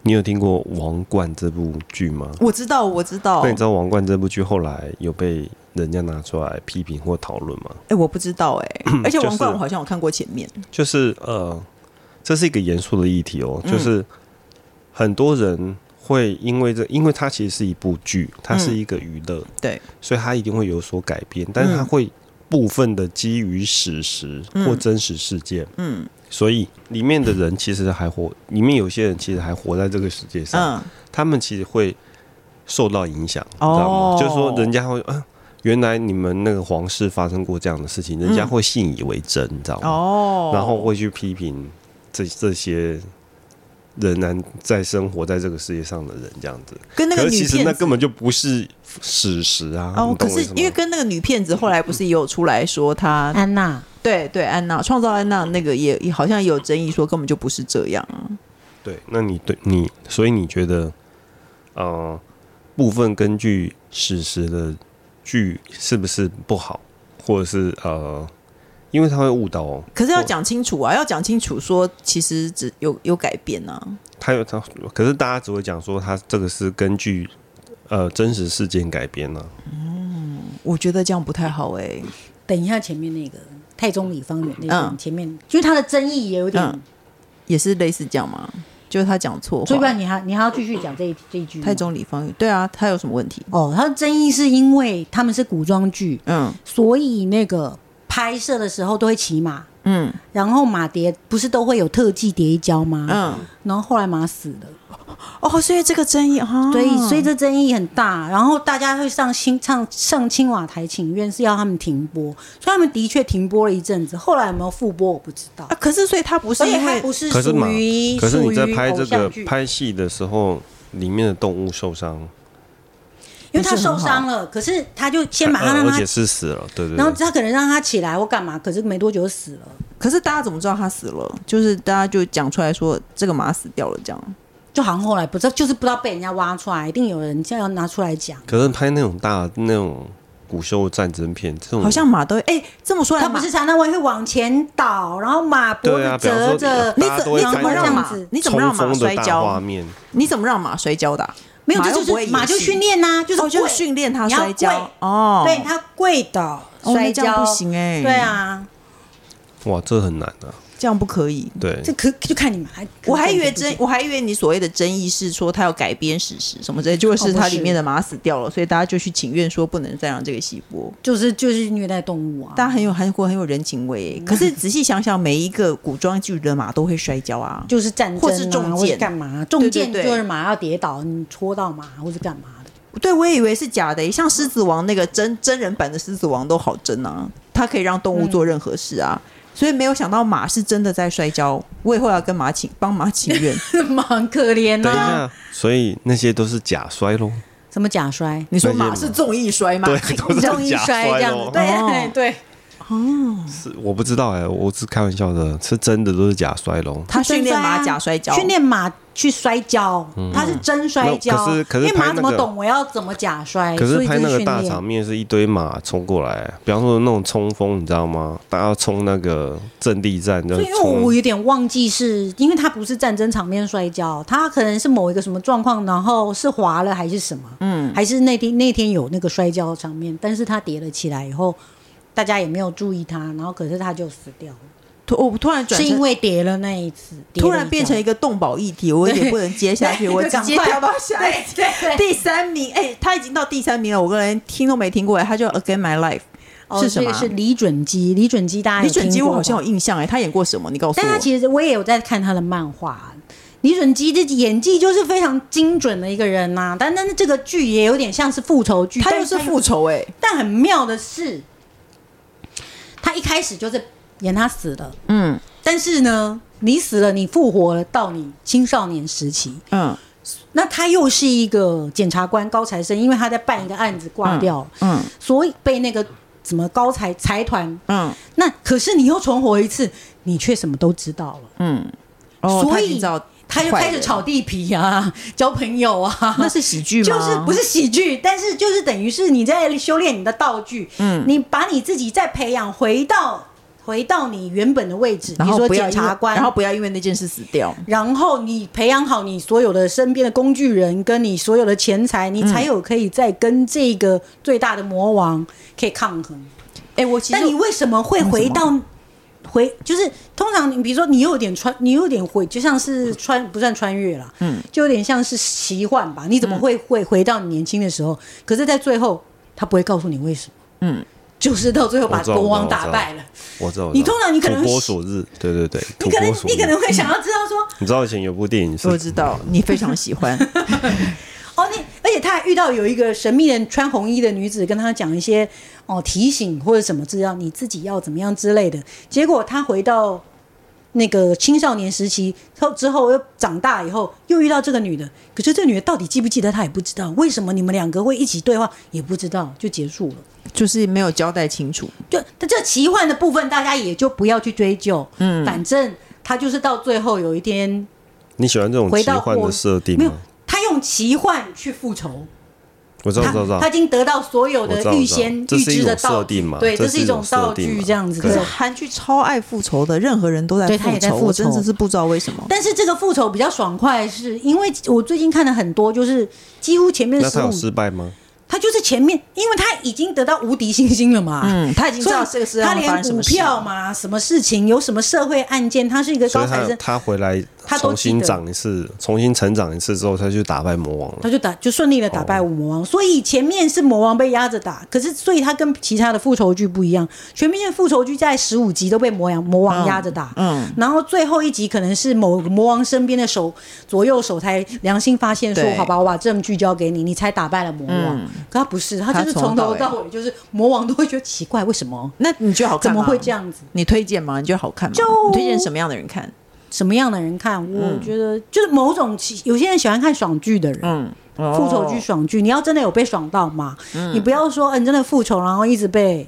[SPEAKER 3] 你有听过《王冠》这部剧吗？
[SPEAKER 1] 我知道，我知道，
[SPEAKER 3] 那
[SPEAKER 1] 哎
[SPEAKER 3] 你、知道《王冠》这部剧后来有被人家拿出来批评或讨论吗？
[SPEAKER 1] 我不知道 哎、而且
[SPEAKER 3] 就是
[SPEAKER 1] 王冠我好像有看过前面，
[SPEAKER 3] 就是呃，这是一个严肃的议题
[SPEAKER 1] 嗯
[SPEAKER 3] 哦，就是很多人会因为这，因为它其实是一部剧，它是一个娱乐，
[SPEAKER 1] 对，
[SPEAKER 3] 所以它一定会有所改变，但是
[SPEAKER 1] 嗯
[SPEAKER 3] 它会部分的基于史实或真实事件，嗯，所以里面的人其实还活，里面有些人其实还活在这个世界上，
[SPEAKER 1] 嗯，
[SPEAKER 3] 他们其实会受到影响，你知
[SPEAKER 1] 哦
[SPEAKER 3] 道吗？就是说人家会啊。原来你们那个皇室发生过这样的事情，人家会信以为真，你知道吗？
[SPEAKER 1] 嗯哦，
[SPEAKER 3] 然后会去批评这这些仍然在生活在这个世界上的人，这样子。
[SPEAKER 1] 跟那个
[SPEAKER 3] 可是
[SPEAKER 1] 女
[SPEAKER 3] 其实
[SPEAKER 1] 骗
[SPEAKER 3] 那
[SPEAKER 1] 子
[SPEAKER 3] 根本就不是史实啊！
[SPEAKER 1] 哦
[SPEAKER 3] 你，懂
[SPEAKER 1] 可
[SPEAKER 3] 我
[SPEAKER 1] 是
[SPEAKER 3] 意思吗嗯
[SPEAKER 1] 因为跟那个女骗子后来不是也有出来说她
[SPEAKER 2] 安娜，
[SPEAKER 1] 对对安娜创造安娜那个也也好像有争议，说根本就不是这样啊。
[SPEAKER 3] 对，那你对你，所以你觉得，呃，部分根据史实的剧是不是不好，或者是呃，因为他会误导哦，
[SPEAKER 1] 可是要
[SPEAKER 3] 我
[SPEAKER 1] 讲清楚啊，要讲清楚说其实只有有改变啊。
[SPEAKER 3] 他有他，可是大家只会讲说他这个是根据呃真实事件改编啊呢、
[SPEAKER 1] 我觉得这样不太好哎、
[SPEAKER 2] 等一下前面那个太宗李方圆那个、
[SPEAKER 1] 嗯
[SPEAKER 2] 前面，就是他的争议也有点。
[SPEAKER 1] 嗯也是类似这样嘛，就是他讲错
[SPEAKER 2] 所以不
[SPEAKER 1] 话。
[SPEAKER 2] 然你还你还要继续讲这一这一句吗
[SPEAKER 1] 太宗李方圆，对啊，他有什么问题？
[SPEAKER 2] 哦，他的争议是因为他们是古装剧，
[SPEAKER 1] 嗯
[SPEAKER 2] 所以那个拍摄的时候都会骑马，
[SPEAKER 1] 嗯
[SPEAKER 2] 然后马蝶不是都会有特技叠一跤吗？
[SPEAKER 1] 嗯，
[SPEAKER 2] 然后后来马死了，
[SPEAKER 1] 哦，所以这个争议啊，
[SPEAKER 2] 所以所以这争议很大。然后大家会上新上上青瓦台请愿，是要他们停播，所以他们的确停播了一阵子。后来有没有复播我不知道
[SPEAKER 1] 啊，，可是所以他不是
[SPEAKER 2] 而且
[SPEAKER 1] 因
[SPEAKER 2] 它
[SPEAKER 1] 为
[SPEAKER 2] 不是
[SPEAKER 3] 可是
[SPEAKER 2] 属
[SPEAKER 3] 嘛
[SPEAKER 2] 于，
[SPEAKER 3] 可是你在拍这
[SPEAKER 2] 属于偶
[SPEAKER 3] 个
[SPEAKER 2] 像剧
[SPEAKER 3] 拍戏的时候，里面的动物受伤，
[SPEAKER 2] 因为他受伤
[SPEAKER 1] 不
[SPEAKER 2] 了，可是他就先把他
[SPEAKER 3] 呃
[SPEAKER 2] 让
[SPEAKER 3] 而
[SPEAKER 2] 他
[SPEAKER 3] 且，是死了，对对
[SPEAKER 2] 然后
[SPEAKER 3] 对。
[SPEAKER 2] 他可能让他起来或干嘛，可是没多久就死了。
[SPEAKER 1] 可是大家怎么知道他死了？就是大家就讲出来说这个马死掉了这样。
[SPEAKER 2] 就好像后来不知道，就是不知道被人家挖出来，一定有人现在要拿出来讲。
[SPEAKER 3] 可是拍那种大那种古兽战争片，这种
[SPEAKER 1] 好像马都哎、这么说来
[SPEAKER 2] 嗯他
[SPEAKER 1] 马，
[SPEAKER 2] 不是常常会会往前倒，然后马脖
[SPEAKER 3] 对啊
[SPEAKER 2] 子折着，
[SPEAKER 3] 比
[SPEAKER 1] 你
[SPEAKER 3] 方说大家
[SPEAKER 1] 怎
[SPEAKER 3] 都会
[SPEAKER 1] 你怎
[SPEAKER 2] 然后
[SPEAKER 1] 么
[SPEAKER 3] 拍那
[SPEAKER 1] 让
[SPEAKER 3] 种
[SPEAKER 1] 马
[SPEAKER 2] 子？
[SPEAKER 1] 你怎么让
[SPEAKER 3] 冲
[SPEAKER 1] 马
[SPEAKER 3] 锋的
[SPEAKER 1] 摔
[SPEAKER 3] 大画
[SPEAKER 1] 跤？
[SPEAKER 3] 面，
[SPEAKER 1] 你怎么让马摔跤的啊、
[SPEAKER 2] 没有，
[SPEAKER 1] 马
[SPEAKER 2] 这
[SPEAKER 1] 又
[SPEAKER 2] 就
[SPEAKER 1] 不会
[SPEAKER 2] 是马
[SPEAKER 1] 演
[SPEAKER 2] 就
[SPEAKER 1] 戏
[SPEAKER 2] 训练呐，就是
[SPEAKER 1] 哦，就
[SPEAKER 2] 跪
[SPEAKER 1] 是训练他
[SPEAKER 2] 你要
[SPEAKER 1] 摔跤
[SPEAKER 2] 跪
[SPEAKER 1] 哦，
[SPEAKER 2] 对他跪倒
[SPEAKER 1] 哦
[SPEAKER 2] 摔
[SPEAKER 1] 那这样
[SPEAKER 2] 跤
[SPEAKER 1] 不行
[SPEAKER 3] 欸
[SPEAKER 1] 哎
[SPEAKER 2] 对啊，
[SPEAKER 3] 哇，这很难啊。
[SPEAKER 1] 这样不可以。
[SPEAKER 3] 对，
[SPEAKER 2] 这可就看你们。
[SPEAKER 1] 我还以为
[SPEAKER 2] 真
[SPEAKER 1] 争，我还以为你所谓的争议是说他要改编史实什么之类，结果是
[SPEAKER 2] 哦不
[SPEAKER 1] 他
[SPEAKER 2] 是
[SPEAKER 1] 里面的马死掉了，所以大家就去请愿说不能再让这个戏播。
[SPEAKER 2] 就是就是虐待动物啊，
[SPEAKER 1] 大家很有韩国很有人情味欸
[SPEAKER 2] 嗯
[SPEAKER 1] 耶，可是仔细想想，每一个古装剧的马都会摔跤啊。
[SPEAKER 2] 就是战争啊
[SPEAKER 1] 或是中箭
[SPEAKER 2] 或干嘛？啊
[SPEAKER 1] 对
[SPEAKER 2] 中
[SPEAKER 1] 对
[SPEAKER 2] 箭
[SPEAKER 1] 对
[SPEAKER 2] 就是马要跌倒，你戳到马或是干嘛的。
[SPEAKER 1] 对，我也以为是假的耶，像《狮子王》那个真真人版的《狮子王》都好真啊，它可以让动物做任何事啊。所以没有想到马是真的在摔跤，我以后要跟马请帮马请 愿。
[SPEAKER 2] 马很可怜
[SPEAKER 3] 等一
[SPEAKER 2] 啊，
[SPEAKER 3] 下，所以那些都是假摔喽。
[SPEAKER 2] 什么假摔？
[SPEAKER 1] 你说
[SPEAKER 3] 那些
[SPEAKER 1] 马
[SPEAKER 3] 马
[SPEAKER 1] 是纵意摔吗？
[SPEAKER 3] 对都是
[SPEAKER 2] 中医
[SPEAKER 3] 假
[SPEAKER 2] 摔这样子
[SPEAKER 3] 咯，
[SPEAKER 2] 对、
[SPEAKER 1] 哦
[SPEAKER 2] 对，
[SPEAKER 3] 是我不知道哎、我是开玩笑的，是真的都是假摔喽。
[SPEAKER 1] 他训练马
[SPEAKER 2] 真
[SPEAKER 1] 假摔跤，
[SPEAKER 2] 训练马去摔跤，他是真摔跤。
[SPEAKER 3] 嗯那可是可是
[SPEAKER 2] 因为马
[SPEAKER 3] 拍
[SPEAKER 2] 怎
[SPEAKER 3] 那个
[SPEAKER 2] 么懂我要怎么假摔？
[SPEAKER 3] 可
[SPEAKER 2] 所
[SPEAKER 3] 是
[SPEAKER 2] 以
[SPEAKER 3] 拍
[SPEAKER 2] 就
[SPEAKER 3] 那个
[SPEAKER 2] 训
[SPEAKER 3] 大
[SPEAKER 2] 练
[SPEAKER 3] 场面是一堆马冲过来，比方说那种冲锋，你知道吗？大家冲那个阵地战，就
[SPEAKER 1] 呃
[SPEAKER 2] 所以
[SPEAKER 3] 是
[SPEAKER 2] 因为我
[SPEAKER 3] 冲
[SPEAKER 2] 有点忘记是，因为他不是战争场面摔跤，他可能是某一个什么状况，然后是滑了还是什么，嗯，还是那天那天有那个摔跤场面，但是他跌了起来以后，大家也没有注意他，然后可是他就死掉了，
[SPEAKER 1] 突我突然转
[SPEAKER 2] 是因
[SPEAKER 1] 成
[SPEAKER 2] 为跌了那一次，跌了
[SPEAKER 1] 突
[SPEAKER 2] 一
[SPEAKER 1] 然变成
[SPEAKER 2] 跤
[SPEAKER 1] 一个动保议题，我有点不能接下 去，
[SPEAKER 2] 对
[SPEAKER 1] 我直接
[SPEAKER 2] 就赶快
[SPEAKER 1] 跳到下一
[SPEAKER 2] 对对
[SPEAKER 1] 第三名。哎、他已经到第三名了，我个人听都没听过哎，他叫《Again My Life》
[SPEAKER 2] 哦
[SPEAKER 1] 是什么
[SPEAKER 2] 这
[SPEAKER 1] 啊
[SPEAKER 2] 个？是李准基，李准基大家
[SPEAKER 1] 李
[SPEAKER 2] 有听
[SPEAKER 1] 准基
[SPEAKER 2] 过
[SPEAKER 1] 我好
[SPEAKER 2] 吧
[SPEAKER 1] 像有印象哎，他演过什么？你告诉我。
[SPEAKER 2] 但他其实我也有在看他的漫画。李准基的演技就是非常精准的一个人呐、但但是这个剧也有点像是复仇剧，
[SPEAKER 1] 他
[SPEAKER 2] 但
[SPEAKER 1] 又是复仇哎、
[SPEAKER 2] 但很妙的是，他一开始就是演他死了，
[SPEAKER 1] 嗯
[SPEAKER 2] 但是呢，你死了，你复活了，到你青少年时期，
[SPEAKER 1] 嗯
[SPEAKER 2] 那他又是一个检察官高材生，因为他在办一个案子挂掉了，
[SPEAKER 1] 嗯，
[SPEAKER 2] 所以被那个什么高财财团，
[SPEAKER 1] 嗯
[SPEAKER 2] 那可是你又存活一次，你却什么都知道了，
[SPEAKER 1] 嗯，哦，
[SPEAKER 2] 所
[SPEAKER 1] 他
[SPEAKER 2] 以
[SPEAKER 1] 已经找
[SPEAKER 2] 他就开始炒地皮啊， 交朋友啊，
[SPEAKER 1] 那是喜剧吗？
[SPEAKER 2] 就是不是喜剧，但是就是等于是你在修炼你的道具，嗯，你把你自己再培养回到回到你原本的位置，比
[SPEAKER 1] 然
[SPEAKER 2] 如
[SPEAKER 1] 后
[SPEAKER 2] 说
[SPEAKER 1] 不要
[SPEAKER 2] 检
[SPEAKER 1] 因为
[SPEAKER 2] 察官，
[SPEAKER 1] 然后不要因为那件事死掉。
[SPEAKER 2] 然后你培养好你所有的身边的工具人，跟你所有的钱财，
[SPEAKER 1] 嗯
[SPEAKER 2] 你才有可以再跟这个最大的魔王可以抗衡。
[SPEAKER 1] 哎，我其实
[SPEAKER 2] 但你为什么会回到回？就是通常你比如说你有点穿，你有点回，就像是穿不算穿越啦，嗯，就有点像是奇幻吧。你怎么会会回到你年轻的时候？可是，在最后他不会告诉你为什么，
[SPEAKER 1] 嗯，
[SPEAKER 2] 就是到最后把
[SPEAKER 3] 我知道
[SPEAKER 2] 国
[SPEAKER 3] 我
[SPEAKER 2] 王
[SPEAKER 3] 知道
[SPEAKER 2] 打败了。
[SPEAKER 3] 我知道。我知道
[SPEAKER 2] 你通常你可能
[SPEAKER 3] 土拨鼠日，对对对，
[SPEAKER 2] 你
[SPEAKER 3] 土
[SPEAKER 2] 可能
[SPEAKER 3] 拨鼠日。
[SPEAKER 2] 你可能会想要知道说，
[SPEAKER 3] 你知道以前有部电影是
[SPEAKER 1] 我知道你非常喜 欢，
[SPEAKER 2] 哦，你而且他还遇到有一个神秘人穿红衣的女子，跟他讲一些哦提醒或者什么，知道你自己要怎么样之类的。结果他回到那个青少年时期后之后，又长大以后又遇到这个女的，可是这个女的到底记不记得他也不知道，为什么你们两个会一起对话也不知道，就结束了。
[SPEAKER 1] 就是没有交代清楚。
[SPEAKER 2] 就他这奇幻的部分，大家也就不要去追究，嗯，反正他就是到最后有一天
[SPEAKER 3] 你喜欢这种
[SPEAKER 2] 回
[SPEAKER 3] 奇
[SPEAKER 2] 到
[SPEAKER 3] 幻
[SPEAKER 2] 过
[SPEAKER 3] 的设定
[SPEAKER 2] 没有
[SPEAKER 3] 吗？，
[SPEAKER 2] 他用奇幻去复仇。
[SPEAKER 3] 我知道，
[SPEAKER 2] 他
[SPEAKER 3] 知道，知道
[SPEAKER 2] 他已。经得到所有
[SPEAKER 3] 我
[SPEAKER 2] 的
[SPEAKER 3] 知道
[SPEAKER 2] 预先
[SPEAKER 3] 我知道
[SPEAKER 2] 预知的
[SPEAKER 3] 这是一种
[SPEAKER 2] 道
[SPEAKER 3] 设
[SPEAKER 2] 具
[SPEAKER 3] 定嘛
[SPEAKER 2] 对，
[SPEAKER 3] 这
[SPEAKER 2] 这
[SPEAKER 3] 是
[SPEAKER 2] 是一种道
[SPEAKER 3] 一种设定
[SPEAKER 2] 具
[SPEAKER 3] 嘛
[SPEAKER 2] 这样子。
[SPEAKER 3] 可
[SPEAKER 1] 可
[SPEAKER 3] 对
[SPEAKER 1] 是
[SPEAKER 2] 对
[SPEAKER 1] 韩剧超爱复仇的，任何人都在
[SPEAKER 2] 对
[SPEAKER 1] 复
[SPEAKER 2] 他也在
[SPEAKER 1] 仇，
[SPEAKER 2] 复
[SPEAKER 1] 我真
[SPEAKER 2] 仇
[SPEAKER 1] 的是不知道为什么。
[SPEAKER 2] 但是这个复仇比较爽快，是因为我最近看了很多，就是几乎前面
[SPEAKER 3] 那
[SPEAKER 2] 十
[SPEAKER 3] 他有
[SPEAKER 2] 五，
[SPEAKER 3] 失败吗？
[SPEAKER 2] 他就是前面，因为他已经得到无敌星星了嘛，
[SPEAKER 1] 嗯，他已经知
[SPEAKER 2] 所以
[SPEAKER 1] 道这个世界
[SPEAKER 2] 他
[SPEAKER 1] 上发
[SPEAKER 2] 连
[SPEAKER 1] 生什
[SPEAKER 2] 股
[SPEAKER 1] 么事
[SPEAKER 2] 票嘛，什么事情，有什么社会案件，他是一个
[SPEAKER 3] 所
[SPEAKER 2] 高
[SPEAKER 3] 以
[SPEAKER 2] 材
[SPEAKER 3] 他
[SPEAKER 2] 生，
[SPEAKER 3] 他回来
[SPEAKER 2] 他都
[SPEAKER 3] 重
[SPEAKER 2] 记
[SPEAKER 3] 新
[SPEAKER 2] 得
[SPEAKER 3] 长一次，重新成长一次之后，他就打败魔王了。
[SPEAKER 2] 他就打就顺利的打
[SPEAKER 1] 哦
[SPEAKER 2] 败五魔王，所以前面是魔王被压着打，可是所以他跟其他的复仇剧不一样，全面性复仇剧在十五集都被魔王魔王压着打，
[SPEAKER 1] 嗯嗯
[SPEAKER 2] 然后最后一集可能是某个魔王身边的手左右手才良心发现说
[SPEAKER 1] 对，
[SPEAKER 2] 好吧，我把证据交给你，你才打败了魔王，
[SPEAKER 1] 嗯
[SPEAKER 2] 可他不是，他就是
[SPEAKER 1] 他从
[SPEAKER 2] 从
[SPEAKER 1] 头
[SPEAKER 2] 头到尾就是魔王都会觉得奇怪，为什么
[SPEAKER 1] 那你觉得好看
[SPEAKER 2] 怎
[SPEAKER 1] 吗？
[SPEAKER 2] 么会这？样子？
[SPEAKER 1] 你推荐吗？你觉得好看吗？
[SPEAKER 2] 就
[SPEAKER 1] 你推荐什么样的人看？
[SPEAKER 2] 什么样的人看？我觉得就是某种喜有些人喜欢看爽剧的人，
[SPEAKER 1] 嗯，哦
[SPEAKER 2] 复仇剧、爽剧，你要真的有被爽到嘛？你不要说，嗯、你真的复仇，然后一直被，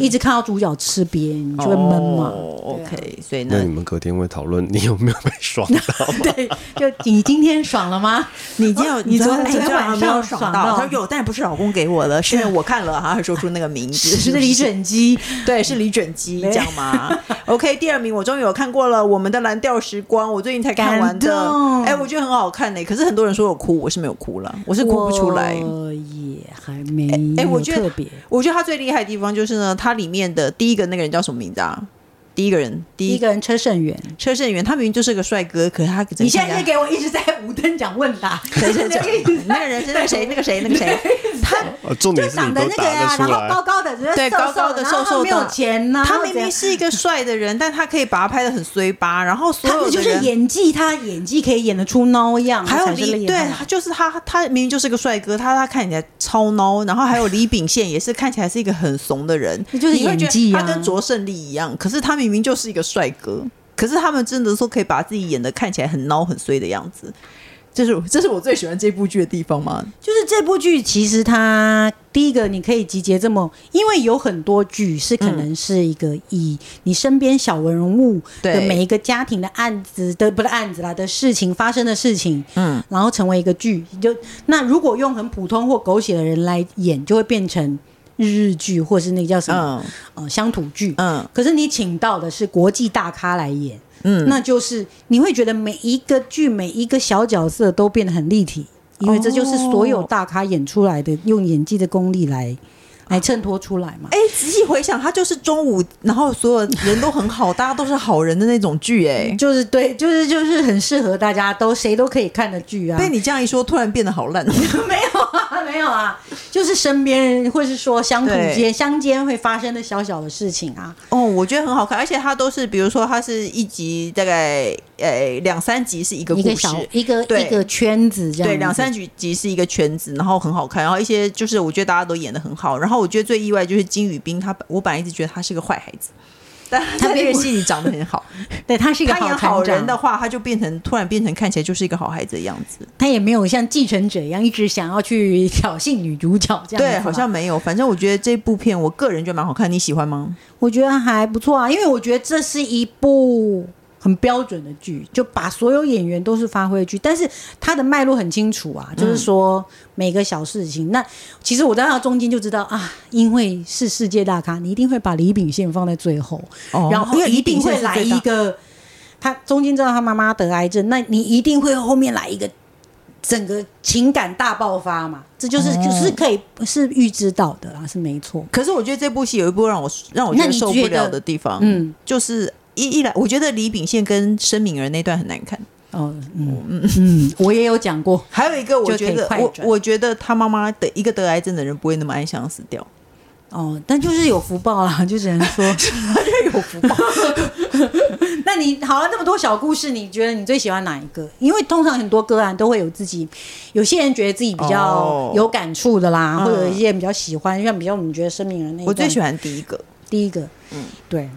[SPEAKER 2] 一直看到主角吃瘪，你就会闷嘛。
[SPEAKER 1] 嗯哦、OK，所以
[SPEAKER 3] 那
[SPEAKER 1] 呢
[SPEAKER 3] 你，们隔天会讨论你有没有被爽到？
[SPEAKER 2] 对，就你今天爽了吗？
[SPEAKER 1] 哦你今天
[SPEAKER 2] 哦你昨
[SPEAKER 1] 天
[SPEAKER 2] 昨天晚上
[SPEAKER 1] 没有
[SPEAKER 2] 爽到
[SPEAKER 1] 他说有，但不是老公给我的，是因为我看了，他还说出那个名字，
[SPEAKER 2] 是李准基，
[SPEAKER 1] 对，是李准基，这样吗 ？OK，第二名我终于有看过了，《我们的蓝调时光》，我最近才看完的
[SPEAKER 2] 感，动
[SPEAKER 1] 哎、我觉得很好看呢、可是很多人说我哭，我是没有哭了，我是哭不出来。
[SPEAKER 2] 我也还没
[SPEAKER 1] 哎我
[SPEAKER 2] 有
[SPEAKER 1] 觉得
[SPEAKER 2] 特别。
[SPEAKER 1] 我觉得他最厉害的地方就是呢，他里面的第一个那个人叫什么名字啊？第一个人，第
[SPEAKER 2] 第
[SPEAKER 1] 一
[SPEAKER 2] 一
[SPEAKER 1] 个
[SPEAKER 2] 个人车胜元，
[SPEAKER 1] 车胜元，他明明就是个帅哥，可是他
[SPEAKER 2] 你现在
[SPEAKER 1] 那
[SPEAKER 2] 是给我一直在五等奖问答，
[SPEAKER 1] 谁 谁 谁那个人是那个谁那个谁那个谁，他
[SPEAKER 3] 呃重点
[SPEAKER 2] 就是
[SPEAKER 3] 你
[SPEAKER 2] 长
[SPEAKER 3] 都
[SPEAKER 2] 得那个呀、
[SPEAKER 3] 答得
[SPEAKER 2] 然
[SPEAKER 3] 出
[SPEAKER 2] 后高
[SPEAKER 3] 来。
[SPEAKER 2] 高的，
[SPEAKER 1] 对
[SPEAKER 2] 瘦
[SPEAKER 1] 高高
[SPEAKER 2] 瘦
[SPEAKER 1] 的
[SPEAKER 2] 然后
[SPEAKER 1] 瘦瘦的
[SPEAKER 2] 没有钱呐、
[SPEAKER 1] 他明
[SPEAKER 2] 怎样
[SPEAKER 1] 明是 一个帅的人，但他可以把他拍的很衰吧，然后所
[SPEAKER 2] 他
[SPEAKER 1] 有
[SPEAKER 2] 们
[SPEAKER 1] 的
[SPEAKER 2] 就是
[SPEAKER 1] 人。
[SPEAKER 2] 演技，他演技可以演得出孬样，
[SPEAKER 1] 还有
[SPEAKER 2] 才是
[SPEAKER 1] 李
[SPEAKER 2] 厉
[SPEAKER 1] 对
[SPEAKER 2] 害，
[SPEAKER 1] 就是他，他明明就是个帅哥，他他看起来超孬，然后还有李秉宪也是看起来是一个很怂的人，
[SPEAKER 2] 那就是
[SPEAKER 1] 你会觉
[SPEAKER 2] 演技
[SPEAKER 1] 得
[SPEAKER 2] 啊
[SPEAKER 1] 他跟卓胜利一样，可是他明明就是一个帅哥，可是他们真的说可以把自己演的看起来很孬很衰的样子，这是这是我最喜欢这部剧的地方吗？
[SPEAKER 2] 就是这部剧，其实它第一个你可以集结这么，因为有很多剧是可能是一个以你身边小人物的
[SPEAKER 1] 对
[SPEAKER 2] 每一个家庭的案子的不是案子啦的事情发生的事情，
[SPEAKER 1] 嗯，
[SPEAKER 2] 然后成为一个剧。就那如果用很普通或狗血的人来演，就会变成日日剧或是那个叫什么、
[SPEAKER 1] 嗯
[SPEAKER 2] 呃乡土剧，
[SPEAKER 1] 嗯
[SPEAKER 2] 可是你请到的是国际大咖来演，
[SPEAKER 1] 嗯，
[SPEAKER 2] 那就是你会觉得每一个剧每一个小角色都变得很立体，因为这就是所有大咖演出来的，用演技的功力来来衬托出来嘛。
[SPEAKER 1] 哎、仔细回想，他就是中午，然后所有人都很好，大家都是好人的那种剧、哎。
[SPEAKER 2] 就是对，就是就是很适合大家都谁都可以看的剧啊。
[SPEAKER 1] 被你这样一说，突然变得好 烂。
[SPEAKER 2] 没有啊， 没有啊，就是身边人或是说乡土
[SPEAKER 1] 对
[SPEAKER 2] 间乡间会发生的小小的事情啊。
[SPEAKER 1] 哦，我觉得很好看，而且它都是，比如说它是一集大概呃两三集是一个
[SPEAKER 2] 一
[SPEAKER 1] 故
[SPEAKER 2] 个
[SPEAKER 1] 事
[SPEAKER 2] 小。一个
[SPEAKER 1] 对
[SPEAKER 2] 一个圈子这样子，
[SPEAKER 1] 对，两三集集是一个圈子，然后很好看，然后一些就是我觉得大家都演的很好，然后我觉得最意外就是金宇彬他，我本来一直觉得他是个坏孩子，但他在这个戏里长得很好，
[SPEAKER 2] 对 他是一个
[SPEAKER 1] 他演好
[SPEAKER 2] 好船
[SPEAKER 1] 人
[SPEAKER 2] 长
[SPEAKER 1] 的话，他就变成突然变成看起来就是一个好孩子的样子。
[SPEAKER 2] 他也没有像继承者一样一直想要去挑衅女主角这样子啊嘛。
[SPEAKER 1] 对，好像没有。反正我觉得这部片，我个人觉得蛮好看，你喜欢吗？
[SPEAKER 2] 我觉得还不错啊，因为我觉得这是一部很标准的剧，就把所有演员都是发挥的剧，但是它的脉络很清楚啊，
[SPEAKER 1] 嗯
[SPEAKER 2] 就是说每个小事情。那其实我在它中间就知道啊，因为是世界大咖，你一定会把李秉宪放在最后，
[SPEAKER 1] 哦
[SPEAKER 2] 然后
[SPEAKER 1] 因为
[SPEAKER 2] 一
[SPEAKER 1] 李秉
[SPEAKER 2] 定
[SPEAKER 1] 宪
[SPEAKER 2] 会
[SPEAKER 1] 是
[SPEAKER 2] 来
[SPEAKER 1] 最
[SPEAKER 2] 一
[SPEAKER 1] 大
[SPEAKER 2] 个，他中间知道他妈妈得癌症，那你一定会后面来一个。整个情感大爆发嘛，这就是、
[SPEAKER 1] 哦
[SPEAKER 2] 就是可以是预知到的啦，是没错。
[SPEAKER 1] 可是我觉得这部戏有一部让我让我
[SPEAKER 2] 那
[SPEAKER 1] 觉得
[SPEAKER 2] 你
[SPEAKER 1] 受
[SPEAKER 2] 觉
[SPEAKER 1] 不了
[SPEAKER 2] 得
[SPEAKER 1] 的地方，
[SPEAKER 2] 嗯，
[SPEAKER 1] 就是一一来，我觉得李秉宪跟申敏儿那段很难看。
[SPEAKER 2] 哦，嗯嗯嗯，我也有讲过，
[SPEAKER 1] 还有一个，我
[SPEAKER 2] 就可
[SPEAKER 1] 觉
[SPEAKER 2] 以
[SPEAKER 1] 得
[SPEAKER 2] 快
[SPEAKER 1] 我
[SPEAKER 2] 转
[SPEAKER 1] 我觉得他妈妈的一个得癌症的人不会那么安详死掉，
[SPEAKER 2] 哦，但就是有福报啦，就只能 说，
[SPEAKER 1] 有福报。
[SPEAKER 2] 那你好了，那么多小故事，你觉得你最喜欢哪一个？因为通常很多个案都会有自己，有些人觉得自己比较
[SPEAKER 1] 哦
[SPEAKER 2] 有感触的啦，
[SPEAKER 1] 嗯
[SPEAKER 2] 或者有一些人比较喜欢，像比较你觉得生命人那一
[SPEAKER 1] 我最喜
[SPEAKER 2] 欢
[SPEAKER 1] 欢第一个，
[SPEAKER 2] 第一个，嗯，对，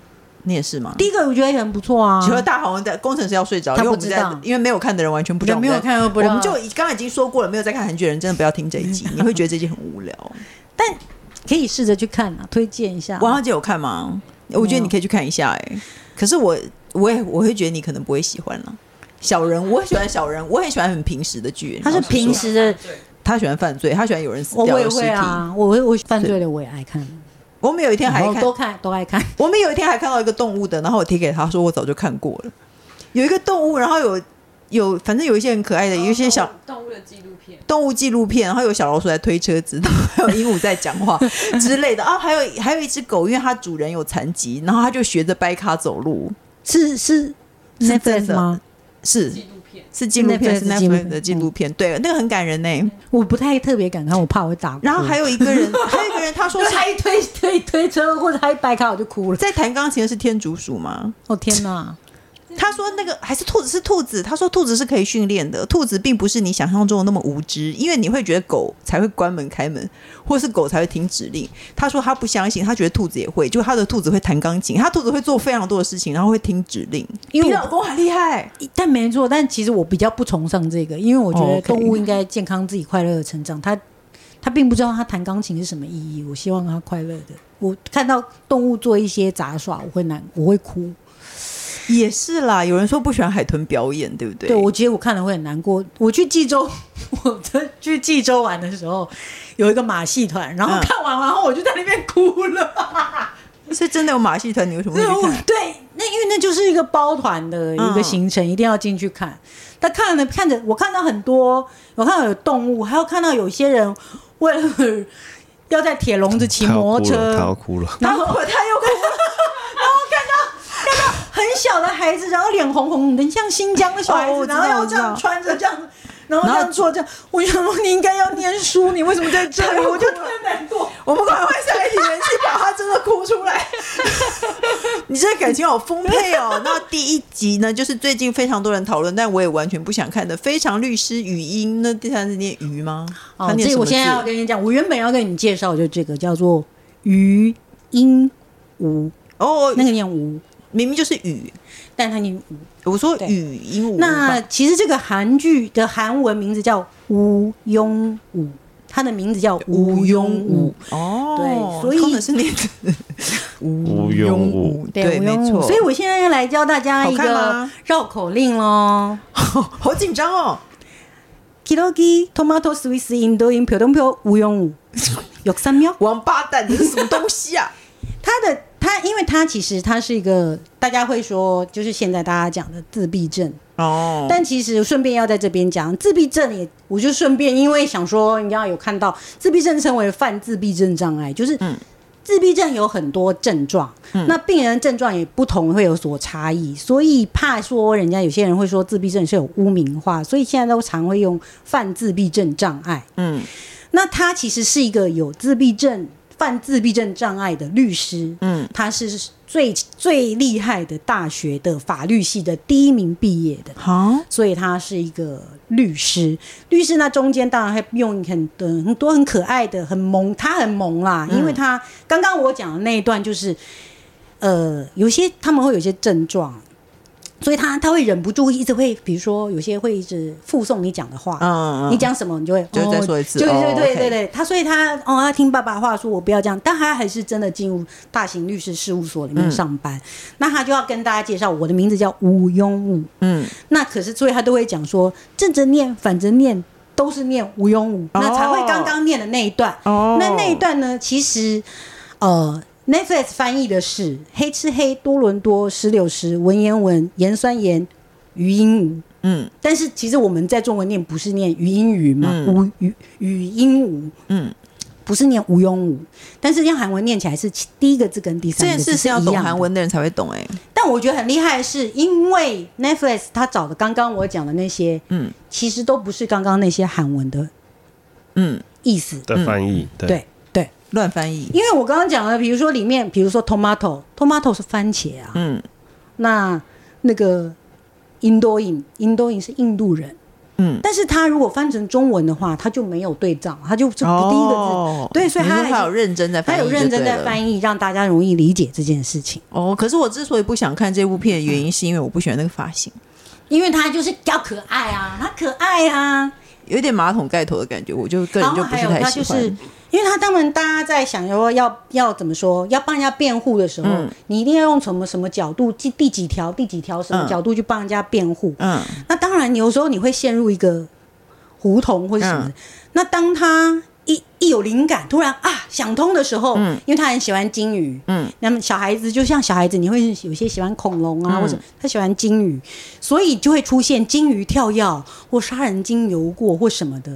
[SPEAKER 1] 你也是吗？
[SPEAKER 2] 第一个我觉得也很不错啊
[SPEAKER 1] 除，了大红的工程师要睡着，
[SPEAKER 2] 他
[SPEAKER 1] 因为
[SPEAKER 2] 不
[SPEAKER 1] 我们
[SPEAKER 2] 知
[SPEAKER 1] 在
[SPEAKER 2] 道，
[SPEAKER 1] 因为没有看的人完全不知道我
[SPEAKER 2] 对
[SPEAKER 1] 们在，
[SPEAKER 2] 没有看又不知道
[SPEAKER 1] 我们就已刚才已经说过了，没有在看韩剧的人真的不要听这一 集，你会觉得这集很无聊。
[SPEAKER 2] 可以试着去看啊，推荐一下。
[SPEAKER 1] 王小姐有看吗？我觉得你可以去看一下、哎，可是我我也我会觉得你可能不会喜欢了。小人，我很喜欢小人，我很喜欢很平时的剧。
[SPEAKER 2] 他是
[SPEAKER 1] 老实说
[SPEAKER 2] 平，时的，
[SPEAKER 1] 他喜欢犯罪，他喜欢有人死
[SPEAKER 2] 我
[SPEAKER 1] 掉
[SPEAKER 2] 我也
[SPEAKER 1] 的尸
[SPEAKER 2] 会
[SPEAKER 1] 体。
[SPEAKER 2] 啊，我会我犯罪了我也爱看，
[SPEAKER 1] 我们有一天还
[SPEAKER 2] 然后
[SPEAKER 1] 看
[SPEAKER 2] 都看都爱看，
[SPEAKER 1] 我们有一天还看到一个动物的，然后我贴给他说我早就看过了，有一个动物，然后有有反正有一些很可爱的，有一些小
[SPEAKER 4] 哦动物的纪录片，
[SPEAKER 1] 动物纪录片，然后有小老鼠在推车子， 然后还有鹦鹉在讲话之类的啊，还有还有一只狗，因为它主人有残疾，然后它就学着掰咖走路，
[SPEAKER 2] 是是
[SPEAKER 1] 是
[SPEAKER 2] Netflix
[SPEAKER 1] 真的
[SPEAKER 2] 吗？
[SPEAKER 1] 是
[SPEAKER 4] 纪录片
[SPEAKER 1] 是纪录片，嗯是
[SPEAKER 2] Netflix 纪录片
[SPEAKER 1] Netflix 的纪录片，对，那个很感人呢、
[SPEAKER 2] 我不太特别敢看，我怕我会打哭。
[SPEAKER 1] 然后 还有一个 人，还有一个人他说
[SPEAKER 2] 因为
[SPEAKER 1] 是
[SPEAKER 2] 他一推推推车或者他一掰开我就哭 了。
[SPEAKER 1] 在弹钢琴的是天竺鼠吗？
[SPEAKER 2] 哦天哪！
[SPEAKER 1] 他说那个还是兔子是兔子，他说兔子是可以训练的，兔子并不是你想象中的那么无知，因为你会觉得狗才会关门开门，或是狗才会听指令。他说他不相信，他觉得兔子也会，就他的兔子会弹钢琴，他兔子会做非常多的事情，然后会听指令，
[SPEAKER 2] 因为
[SPEAKER 1] 比
[SPEAKER 2] 我
[SPEAKER 1] 老公还厉害。
[SPEAKER 2] 但没错，但其实我比较不崇尚这个，因为我觉
[SPEAKER 1] 哦
[SPEAKER 2] 得
[SPEAKER 1] ，OK
[SPEAKER 2] 动物应该健康自己快乐的成长。他他并不知道他弹钢琴是什么意义。我希望他快乐的。我看到动物做一些杂耍，我会难，我会哭。
[SPEAKER 1] 也是啦，有人说不喜欢海豚表演，对不对？
[SPEAKER 2] 对我觉得我看了会很难过。我去济州， 我在去济州玩的时候，有一个马戏团，然后
[SPEAKER 1] 嗯
[SPEAKER 2] 看完，然后我就在那边哭了。
[SPEAKER 1] 是真的有马戏团，你为什么会
[SPEAKER 2] 对
[SPEAKER 1] 去
[SPEAKER 2] 我
[SPEAKER 1] 看？
[SPEAKER 2] 对，那因为那就是一个包团的一个
[SPEAKER 1] 嗯
[SPEAKER 2] 行程，一定要进去看。但看了看着，我看到很多，我看到有动物，还有看到有些人为了 要在铁笼子骑
[SPEAKER 3] 他要
[SPEAKER 2] 摩托
[SPEAKER 3] 哭了，他要
[SPEAKER 2] 车，
[SPEAKER 3] 哭了。
[SPEAKER 1] 然后他又哭了，
[SPEAKER 2] 很小的孩子，然后脸红红的，像新疆的小孩
[SPEAKER 1] 哦
[SPEAKER 2] 子，
[SPEAKER 1] 我知道
[SPEAKER 2] 然后要
[SPEAKER 1] 我
[SPEAKER 2] 这
[SPEAKER 1] 知道
[SPEAKER 2] 样穿着这样。然后这
[SPEAKER 1] 然后
[SPEAKER 2] 样做这样，我想说你应该要念书，你为什么在这里？我就特别难过。
[SPEAKER 1] 我们赶快下一题，人气把他真的哭出 来。你这感情好丰沛哦。那第一集呢，就是最近非常多人讨论，但我也完全不想看的《非常律师语音》。那第三是念鱼吗？
[SPEAKER 2] 哦
[SPEAKER 1] 他，念
[SPEAKER 2] 这
[SPEAKER 1] 什
[SPEAKER 2] 我
[SPEAKER 1] 么字？
[SPEAKER 2] 现在要跟你讲，我原本要跟你介绍就这个叫做余音无，
[SPEAKER 1] 哦，
[SPEAKER 2] 那个念无，
[SPEAKER 1] 明明就是语，
[SPEAKER 2] 但它念无。
[SPEAKER 1] 我说
[SPEAKER 2] 对
[SPEAKER 1] 语音无
[SPEAKER 2] 那其实这个韩剧的韩文名字叫吴庸武，它的名字叫吴庸武。
[SPEAKER 1] 哦，
[SPEAKER 2] 对所以
[SPEAKER 1] 空的是念
[SPEAKER 3] 无庸无，
[SPEAKER 1] 对，
[SPEAKER 2] 吴
[SPEAKER 1] 没
[SPEAKER 2] 庸武
[SPEAKER 1] 错。
[SPEAKER 2] 所以我现在要来教大家一
[SPEAKER 1] 好看
[SPEAKER 2] 个
[SPEAKER 1] 吗
[SPEAKER 2] 绕口令喽。
[SPEAKER 1] 好紧张哦。
[SPEAKER 2] Kirogi tomato Swiss Indoin 표동표吴庸武 역삼역
[SPEAKER 1] 王八蛋，你是什么东西啊？
[SPEAKER 2] 它的它，因为它其实它是一个大家会说，就是现在大家讲的自闭症。
[SPEAKER 1] 哦，
[SPEAKER 2] 但其实顺便要在这边讲，自闭症也，我就顺便因为想说，你要有看到自闭症称为泛自闭症障碍，就是自闭症有很多症状，那病人症状也不同，会有所差异，所以怕说人家有些人会说自闭症是有污名化，所以现在都常会用泛自闭症障碍。
[SPEAKER 1] 嗯，
[SPEAKER 2] 那他其实是一个有自闭症、犯自闭症障碍的律师，嗯，他是最最厉害的大学的法律系的第一名毕业的，
[SPEAKER 1] 好，
[SPEAKER 2] 所以他是一个律师。律师那中间当然会用很多很多
[SPEAKER 1] 嗯
[SPEAKER 2] 很可爱的、很萌，他很萌啦，因为他刚刚我讲的那一段就是。呃，有些他们会有一些症状，所以他他会忍不住一直会，比如说有些会一直附送你讲的话，
[SPEAKER 1] 嗯嗯
[SPEAKER 2] 你讲什么你就会
[SPEAKER 1] 就再
[SPEAKER 2] 哦
[SPEAKER 1] 说一次
[SPEAKER 2] 对
[SPEAKER 1] 哦
[SPEAKER 2] 对对
[SPEAKER 1] ，OK
[SPEAKER 2] 对对，他所以他哦，他听爸爸话说，我不要这样，但他还是真的进入大型律师事务所里
[SPEAKER 1] 嗯
[SPEAKER 2] 面上班，那他就要跟大家介绍，我的名字叫吴庸武，
[SPEAKER 1] 嗯，
[SPEAKER 2] 那可是所以他都会讲说正着念、反着念都是念吴庸武，那才会刚刚念的那一段。
[SPEAKER 1] 哦
[SPEAKER 2] 那那一段呢，其实呃，Netflix 翻译的是“黑吃黑，多伦多石榴石，文言文，盐酸盐，余音无”。
[SPEAKER 1] 嗯，
[SPEAKER 2] 但是其实我们在中文念不是念余音余嘛，无余余音无，
[SPEAKER 1] 嗯，
[SPEAKER 2] 不是念无庸无，但是用韩文念起来是其第一个字跟第
[SPEAKER 1] 这
[SPEAKER 2] 三个
[SPEAKER 1] 件
[SPEAKER 2] 字
[SPEAKER 1] 事是要
[SPEAKER 2] 一
[SPEAKER 1] 懂
[SPEAKER 2] 样的
[SPEAKER 1] 韩文的人才会懂哎、
[SPEAKER 2] 但我觉得很厉害的是，因为 Netflix 他找的刚刚我讲的那些，
[SPEAKER 1] 嗯
[SPEAKER 2] 其实都不是刚刚那些韩文的
[SPEAKER 1] 嗯，
[SPEAKER 2] 意思。
[SPEAKER 3] 的翻译，
[SPEAKER 2] 嗯对对，
[SPEAKER 1] 乱翻译，
[SPEAKER 2] 因为我刚刚讲的，比如说里面，比如说 tomato，tomato 是番茄啊，
[SPEAKER 1] 嗯
[SPEAKER 2] 那那个 Indoin，Indoin 是印度人，
[SPEAKER 1] 嗯，
[SPEAKER 2] 但是他如果翻成中文的话，他就没有对仗，他就是第一个字，
[SPEAKER 1] 哦
[SPEAKER 2] 对，所以
[SPEAKER 1] 你
[SPEAKER 2] 他
[SPEAKER 1] 说
[SPEAKER 2] 还
[SPEAKER 1] 他
[SPEAKER 2] 是
[SPEAKER 1] 有认真在翻
[SPEAKER 2] 他
[SPEAKER 1] 译，
[SPEAKER 2] 有认真在
[SPEAKER 1] 译。
[SPEAKER 2] 翻译，让大家容易理解这件事情，
[SPEAKER 1] 哦，可是我之所以不想看这部片的原因，是因为我不喜欢那个发型，
[SPEAKER 2] 因为他就是要可爱啊，他可爱啊。
[SPEAKER 1] 有一点马桶盖头的感觉，我就个
[SPEAKER 2] 然
[SPEAKER 1] 人
[SPEAKER 2] 后
[SPEAKER 1] 就不
[SPEAKER 2] 还有
[SPEAKER 1] 太
[SPEAKER 2] 他
[SPEAKER 1] 喜
[SPEAKER 2] 就
[SPEAKER 1] 欢。
[SPEAKER 2] 是，因为他他们大家在想说要要怎么说，要帮人家辩护的时候，
[SPEAKER 1] 嗯
[SPEAKER 2] 你一定要用什么什么角度，第第几条第几条什么
[SPEAKER 1] 嗯
[SPEAKER 2] 角度去帮人家辩护。
[SPEAKER 1] 嗯
[SPEAKER 2] 那当然，有时候你会陷入一个胡同或者什么的。
[SPEAKER 1] 嗯
[SPEAKER 2] 那当他一一有灵感，突然啊想通的时候，
[SPEAKER 1] 嗯
[SPEAKER 2] 因为他很喜欢金鱼，
[SPEAKER 1] 嗯，
[SPEAKER 2] 那么小孩子就像小孩子，你会有些喜欢恐龙啊，
[SPEAKER 1] 嗯
[SPEAKER 2] 或者他喜欢金鱼，所以就会出现金鱼跳跃或杀人鲸游过或什么的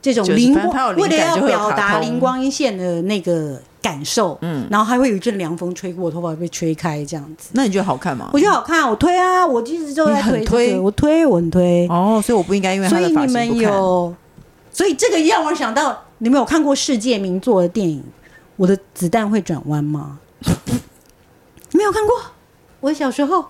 [SPEAKER 2] 这种
[SPEAKER 1] 就是
[SPEAKER 2] 灵
[SPEAKER 1] 反正他有
[SPEAKER 2] 光，
[SPEAKER 1] 灵
[SPEAKER 2] 为了
[SPEAKER 1] 感
[SPEAKER 2] 要
[SPEAKER 1] 就会有
[SPEAKER 2] 表
[SPEAKER 1] 卡
[SPEAKER 2] 达
[SPEAKER 1] 通
[SPEAKER 2] 灵光一现的那个感受，
[SPEAKER 1] 嗯，
[SPEAKER 2] 然后还会有一阵凉风吹过，我头发会被吹开这样子。
[SPEAKER 1] 那你觉得好看吗
[SPEAKER 2] 我？觉得好看，我推啊，我一直都在
[SPEAKER 1] 你很
[SPEAKER 2] 推这
[SPEAKER 1] 推
[SPEAKER 2] 个，我推，我很推。
[SPEAKER 1] 哦，所以我不应该因为他
[SPEAKER 2] 所
[SPEAKER 1] 的
[SPEAKER 2] 以
[SPEAKER 1] 发
[SPEAKER 2] 你
[SPEAKER 1] 型
[SPEAKER 2] 们
[SPEAKER 1] 不看。
[SPEAKER 2] 有，所以这个让我想到，你们有看过世界名作的电影《我的子弹会转弯》吗？ 没有看过。我小时候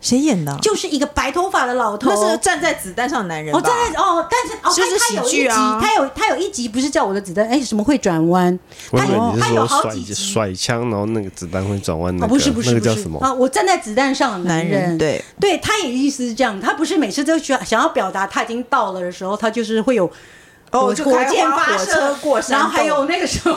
[SPEAKER 1] 谁演的啊？
[SPEAKER 2] 就是一个白头发的老头，
[SPEAKER 1] 那是站在子弹上的男人吧？
[SPEAKER 2] 哦，站在哦，但是哦，
[SPEAKER 1] 这是
[SPEAKER 2] 他他有
[SPEAKER 1] 喜
[SPEAKER 2] 一
[SPEAKER 1] 剧
[SPEAKER 2] 集，
[SPEAKER 1] 啊
[SPEAKER 2] 他有他有一集不是叫我的子弹，哎，什么会转弯？
[SPEAKER 3] 我
[SPEAKER 2] 他
[SPEAKER 3] 以为
[SPEAKER 2] 有
[SPEAKER 3] 你
[SPEAKER 2] 他
[SPEAKER 3] 是
[SPEAKER 2] 有
[SPEAKER 3] 说
[SPEAKER 2] 好几集。
[SPEAKER 3] 甩甩枪，然后那个子弹会转弯那
[SPEAKER 2] 哦，
[SPEAKER 3] 个，
[SPEAKER 2] 不是不是
[SPEAKER 3] 那
[SPEAKER 2] 不
[SPEAKER 3] 个
[SPEAKER 2] 是
[SPEAKER 3] 叫什么？
[SPEAKER 2] 啊！我站在子弹上的
[SPEAKER 1] 男人对，
[SPEAKER 2] 对他也意思是这样，他不是每次都想想要表达他已经到了的时候，他就是会有
[SPEAKER 1] 哦，
[SPEAKER 2] 火
[SPEAKER 1] 就
[SPEAKER 2] 火
[SPEAKER 1] 开
[SPEAKER 2] 箭
[SPEAKER 1] 花
[SPEAKER 2] 发
[SPEAKER 1] 火车
[SPEAKER 2] 射
[SPEAKER 1] 过山洞，
[SPEAKER 2] 然后还有那个什么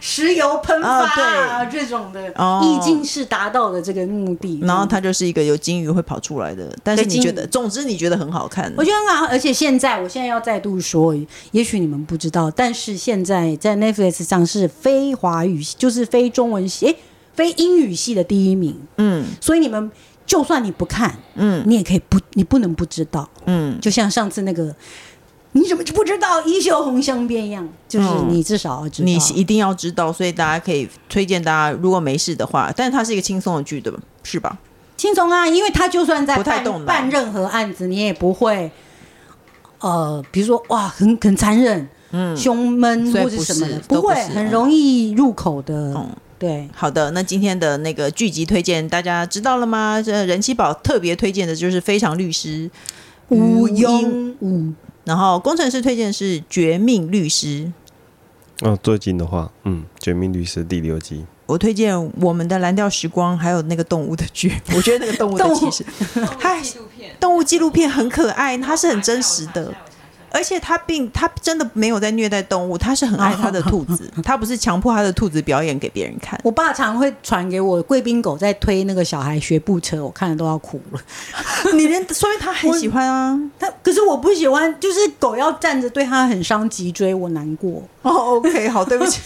[SPEAKER 2] 石油喷发啊这种的
[SPEAKER 1] 哦，
[SPEAKER 2] 意境是达到了这个目的。
[SPEAKER 1] 然后
[SPEAKER 2] 嗯
[SPEAKER 1] 它就是一个有金鱼会跑出来的，但是
[SPEAKER 2] 对
[SPEAKER 1] 你觉
[SPEAKER 2] 金鱼
[SPEAKER 1] 得，总之你觉得很好看。
[SPEAKER 2] 我觉得很好，而且现在我现在要再度说，也许你们不知道，但是现在在 Netflix 上是非华语，就是非中文系，诶，非英语系的第一名。
[SPEAKER 1] 嗯
[SPEAKER 2] 所以你们就算你不看，
[SPEAKER 1] 嗯
[SPEAKER 2] 你也可以不，你不能不知道。
[SPEAKER 1] 嗯，
[SPEAKER 2] 就像上次那个，你怎么就不知道《衣袖红香边》一样，就是
[SPEAKER 1] 嗯
[SPEAKER 2] 你至少要知道。
[SPEAKER 1] 你一定要知道，所以大家可以推荐大家，如果没事的话，但是它是一个轻松的剧，对吧？是吧？
[SPEAKER 2] 轻松啊，因为他就算在
[SPEAKER 1] 不太
[SPEAKER 2] 办
[SPEAKER 1] 动脑
[SPEAKER 2] 办任何案子，你也不会，呃，比如说哇，很很残忍，嗯，胸闷
[SPEAKER 1] 所以
[SPEAKER 2] 或者什么的，
[SPEAKER 1] 不是
[SPEAKER 2] 会，
[SPEAKER 1] 都不是
[SPEAKER 2] 很容易入口的，
[SPEAKER 1] 嗯
[SPEAKER 2] 对。
[SPEAKER 1] 好的，那今天的那个剧集推荐大家知道了吗？这呃人气宝特别推荐的就是《非常律师》，
[SPEAKER 2] 无庸无，
[SPEAKER 1] 然后工程师推荐的是《绝命律师》，
[SPEAKER 3] 哦，最近的话，嗯，《绝命律师》第六季，
[SPEAKER 1] 我推荐我们的蓝调时光，还有那个动物的剧，我觉得那个动物的
[SPEAKER 2] 动物
[SPEAKER 1] 其实嗨
[SPEAKER 4] 纪录片，
[SPEAKER 1] 动物纪录片很可爱，它是很真实的，而且它并它真的没有在虐待动物，它是很爱它的兔子，它不是强迫它的兔子表演给别人看。
[SPEAKER 2] 我爸常会传给我贵宾狗在推那个小孩学步车，我看了都要哭了。
[SPEAKER 1] 你连所以他很喜欢啊。
[SPEAKER 2] 但可是我不喜欢，就是狗要站着，对它很伤脊椎，我难过。
[SPEAKER 1] 哦，OK，好，对不起，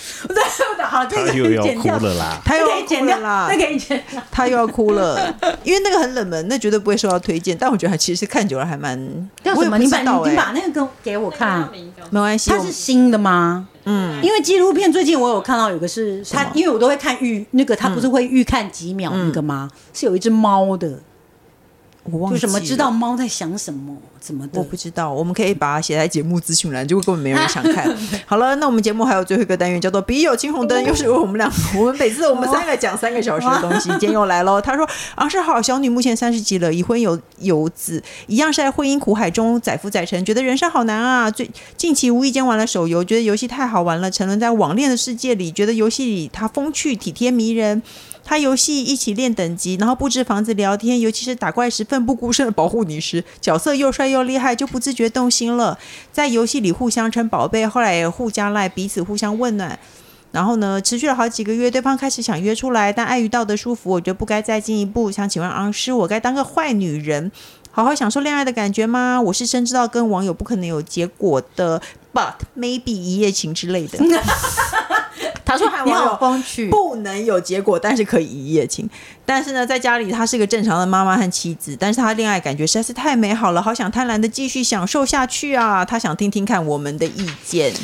[SPEAKER 2] 好，这
[SPEAKER 3] 他
[SPEAKER 2] 个
[SPEAKER 3] 又要
[SPEAKER 2] 剪
[SPEAKER 3] 哭
[SPEAKER 2] 掉，
[SPEAKER 3] 了 啦！
[SPEAKER 1] 他
[SPEAKER 2] 那
[SPEAKER 1] 又
[SPEAKER 2] 可
[SPEAKER 1] 要
[SPEAKER 2] 以
[SPEAKER 1] 哭
[SPEAKER 2] 剪
[SPEAKER 1] 了
[SPEAKER 2] 掉，
[SPEAKER 1] 啦
[SPEAKER 2] 那，可以剪掉。
[SPEAKER 1] 他又要哭了，因为那个很冷门，那绝对不会受到推荐。但我觉得其实看久了还蛮，
[SPEAKER 2] 叫
[SPEAKER 1] 我
[SPEAKER 2] 什
[SPEAKER 1] 也
[SPEAKER 2] 么？
[SPEAKER 1] 不
[SPEAKER 2] 你
[SPEAKER 1] 知
[SPEAKER 2] 把你
[SPEAKER 1] 道哎、
[SPEAKER 2] 把那个给给我看。
[SPEAKER 1] 没关系，
[SPEAKER 2] 它
[SPEAKER 1] 我
[SPEAKER 2] 是新的吗？
[SPEAKER 1] 嗯，
[SPEAKER 2] 因为纪录片最近我有看到有个是它，因为我都会看预那个，它不是会预看几秒那个吗？是有一只猫的，
[SPEAKER 1] 我嗯忘
[SPEAKER 2] 就
[SPEAKER 1] 记
[SPEAKER 2] 什么
[SPEAKER 1] 了
[SPEAKER 2] 知道。猫在想什么，怎么
[SPEAKER 1] 我
[SPEAKER 2] 的
[SPEAKER 1] 不。知道，我们可以把它写在节目资讯栏，结果根本没有人想看。 好了，那我们节目还有最后一个单元叫做“笔友青红灯”，又是我们两个，我们每次我们三个讲三个小时的东西，今天又来喽。他说：“啊，是好，小女目前三十几了，已婚有有子，一样是在婚姻苦海中载浮载沉，觉得人生好难啊。最近期无意间玩了手游，觉得游戏太好玩了，沉沦在网恋的世界里，觉得游戏里它风趣、体贴、迷人。他游戏一起练等级，然后布置房子、聊天，尤其是打怪时奋不顾身的保护你时，角色又帅又厉害，就不自觉动心了。在游戏里互相称宝贝，后来也互加赖，彼此互相温暖。然后呢，持续了好几个月，对方开始想约出来，但碍于道德束缚，我觉得不该再进一步。想请问昂师，我该当个坏女人，好好享受恋爱的感觉吗？我是深知道跟网友不可能有结果的，but maybe 一夜情之类的。他说还
[SPEAKER 2] 你
[SPEAKER 1] 网
[SPEAKER 2] 好
[SPEAKER 1] 友
[SPEAKER 2] 风趣，
[SPEAKER 1] 不能有结果，但是可以一夜情。但是呢，在家里她是个正常的妈妈和妻子，但是她恋爱感觉实在是太美好了，好想贪婪的继续享受下去啊！她想听听看我们的意见。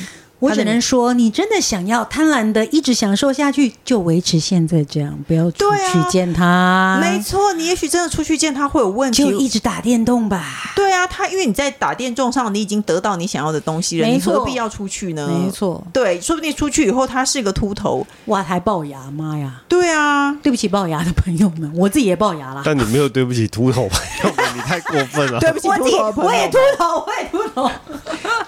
[SPEAKER 2] 我
[SPEAKER 1] 他
[SPEAKER 2] 只
[SPEAKER 1] 的
[SPEAKER 2] 能说，你真的想要贪婪的一直享受下去，就维持现在这样，不要出
[SPEAKER 1] 对啊
[SPEAKER 2] 去见他，
[SPEAKER 1] 没错，你也许真的出去见她会有问
[SPEAKER 2] 就
[SPEAKER 1] 题。
[SPEAKER 2] 一直打电动吧。
[SPEAKER 1] 对啊，她因为你在打电动上，你已经得到你想要的东西了，
[SPEAKER 2] 没
[SPEAKER 1] 你
[SPEAKER 2] 错
[SPEAKER 1] 何必要出去呢？
[SPEAKER 2] 没，错，
[SPEAKER 1] 对，说不定出去以后她是个秃头。
[SPEAKER 2] 哇，还龅牙，妈呀！
[SPEAKER 1] 对啊，
[SPEAKER 2] 对不起，龅牙的朋友们，我自己也龅牙啦。
[SPEAKER 3] 但你没有对不起秃头 朋友们，你太过分了。
[SPEAKER 1] 对不起，
[SPEAKER 2] 我
[SPEAKER 1] 秃
[SPEAKER 2] 自己
[SPEAKER 1] 头的朋友
[SPEAKER 2] 我也
[SPEAKER 1] 们
[SPEAKER 2] 秃头，我也秃头。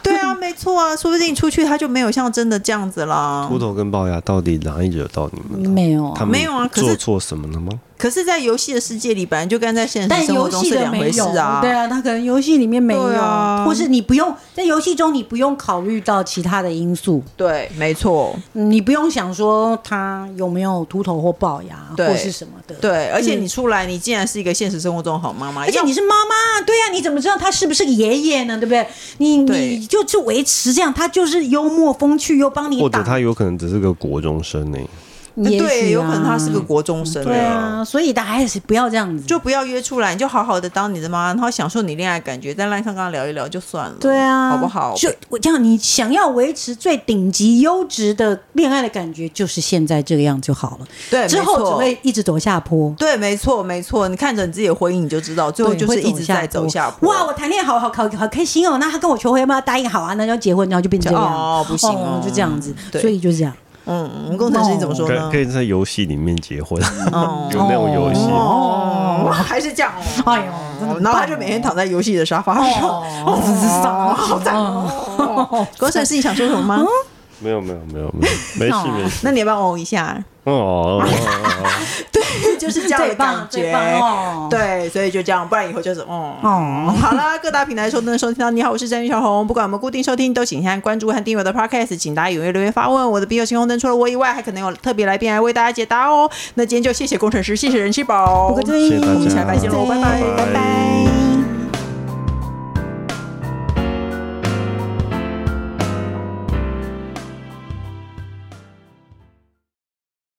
[SPEAKER 1] 对啊，没错啊，说不定出去她就没有像真的这样子啦。
[SPEAKER 3] 秃头跟龅牙到底哪里惹到你们了？
[SPEAKER 2] 没有
[SPEAKER 3] 他们
[SPEAKER 1] 没有啊可是
[SPEAKER 3] 做错什么了吗？
[SPEAKER 1] 可是，在游戏的世界里，本来就跟在现
[SPEAKER 2] 但
[SPEAKER 1] 实生活
[SPEAKER 2] 游
[SPEAKER 1] 中
[SPEAKER 2] 戏
[SPEAKER 1] 是
[SPEAKER 2] 的
[SPEAKER 1] 两
[SPEAKER 2] 没
[SPEAKER 1] 回事
[SPEAKER 2] 有，
[SPEAKER 1] 啊。
[SPEAKER 2] 对啊，他可能游戏里面没有，
[SPEAKER 1] 对啊
[SPEAKER 2] 或是你不用在游戏中你不用考虑到其他的因素，
[SPEAKER 1] 对没错，
[SPEAKER 2] 你不用想说他有没有秃头或龅牙
[SPEAKER 1] 对
[SPEAKER 2] 或是什么的，
[SPEAKER 1] 对，而且你出来，你竟然是一个现实生活中的好妈妈，
[SPEAKER 2] 嗯而且
[SPEAKER 1] 要
[SPEAKER 2] 你是妈妈，对呀、啊你怎么知道他是不是个爷爷呢？对不对？你
[SPEAKER 1] 对
[SPEAKER 2] 你就去维持这样，他就是幽默风趣，又帮你
[SPEAKER 3] 或者
[SPEAKER 2] 挡，
[SPEAKER 3] 他有可能只是个国中生呢、
[SPEAKER 2] 也许啊
[SPEAKER 1] 呃对，有可能她是个国中生，
[SPEAKER 2] 对啊，所以大家还是不要这样子，
[SPEAKER 1] 就不要约出来，你就好好的当你的妈妈，然后享受你恋爱的感觉，在烂上跟她聊一聊就算了，
[SPEAKER 2] 对啊，
[SPEAKER 1] 好不好？
[SPEAKER 2] 就我这样，你想要维持最顶级优质的恋爱的感觉，就是现在这个样就好了。
[SPEAKER 1] 对，
[SPEAKER 2] 之
[SPEAKER 1] 没
[SPEAKER 2] 后
[SPEAKER 1] 错
[SPEAKER 2] 只会一直走下坡。
[SPEAKER 1] 对，没错，没错，你看着你自己的婚姻，你就知道，最后
[SPEAKER 2] 对，
[SPEAKER 1] 就是
[SPEAKER 2] 会
[SPEAKER 1] 一直在走下坡。
[SPEAKER 2] 哇，我谈恋爱好好好好开心哦！那他跟我求婚吗？答应好啊，那就结婚，然后就变成这样。
[SPEAKER 1] 哦不行哦
[SPEAKER 2] 就这样子，
[SPEAKER 1] 对
[SPEAKER 2] 所以就这样。
[SPEAKER 1] 嗯，嗯工程师你怎么说
[SPEAKER 3] 可
[SPEAKER 1] 呢
[SPEAKER 3] 以可？以在游戏里面结婚，
[SPEAKER 1] 哦
[SPEAKER 3] 有那种游戏。
[SPEAKER 1] 哦，还是这样哦。
[SPEAKER 2] 哎呦，真的
[SPEAKER 1] 然后他就每天躺在游戏的沙发上，
[SPEAKER 2] 哦，真是傻，好惨哦！嗯
[SPEAKER 1] 工程师，你想说什么吗？
[SPEAKER 3] 没有没有没有没有，没事没事。
[SPEAKER 1] 那你要不要哦一下？
[SPEAKER 3] 哦，
[SPEAKER 1] 就是这样
[SPEAKER 2] 最
[SPEAKER 1] 的
[SPEAKER 2] 棒
[SPEAKER 1] 感，
[SPEAKER 2] 最
[SPEAKER 1] 觉。
[SPEAKER 2] 棒哦！
[SPEAKER 1] 对，所以就这样，不然以后就是嗯。
[SPEAKER 2] 哦，
[SPEAKER 1] 好啦，各大平台收听的收听到，你好，我是詹宇小红。不管我们固定收听，都请先关注和订阅我的 podcast，请大家踊跃留言发问。我的笔友星红灯除了我以外，还可能有特别来宾来为大家解答哦。那今天就谢谢工程师，谢谢人气宝，
[SPEAKER 2] 不
[SPEAKER 1] 我
[SPEAKER 2] 过这
[SPEAKER 3] 谢谢大家
[SPEAKER 1] 们下礼拜见喽，拜拜，
[SPEAKER 3] 拜拜
[SPEAKER 1] 拜拜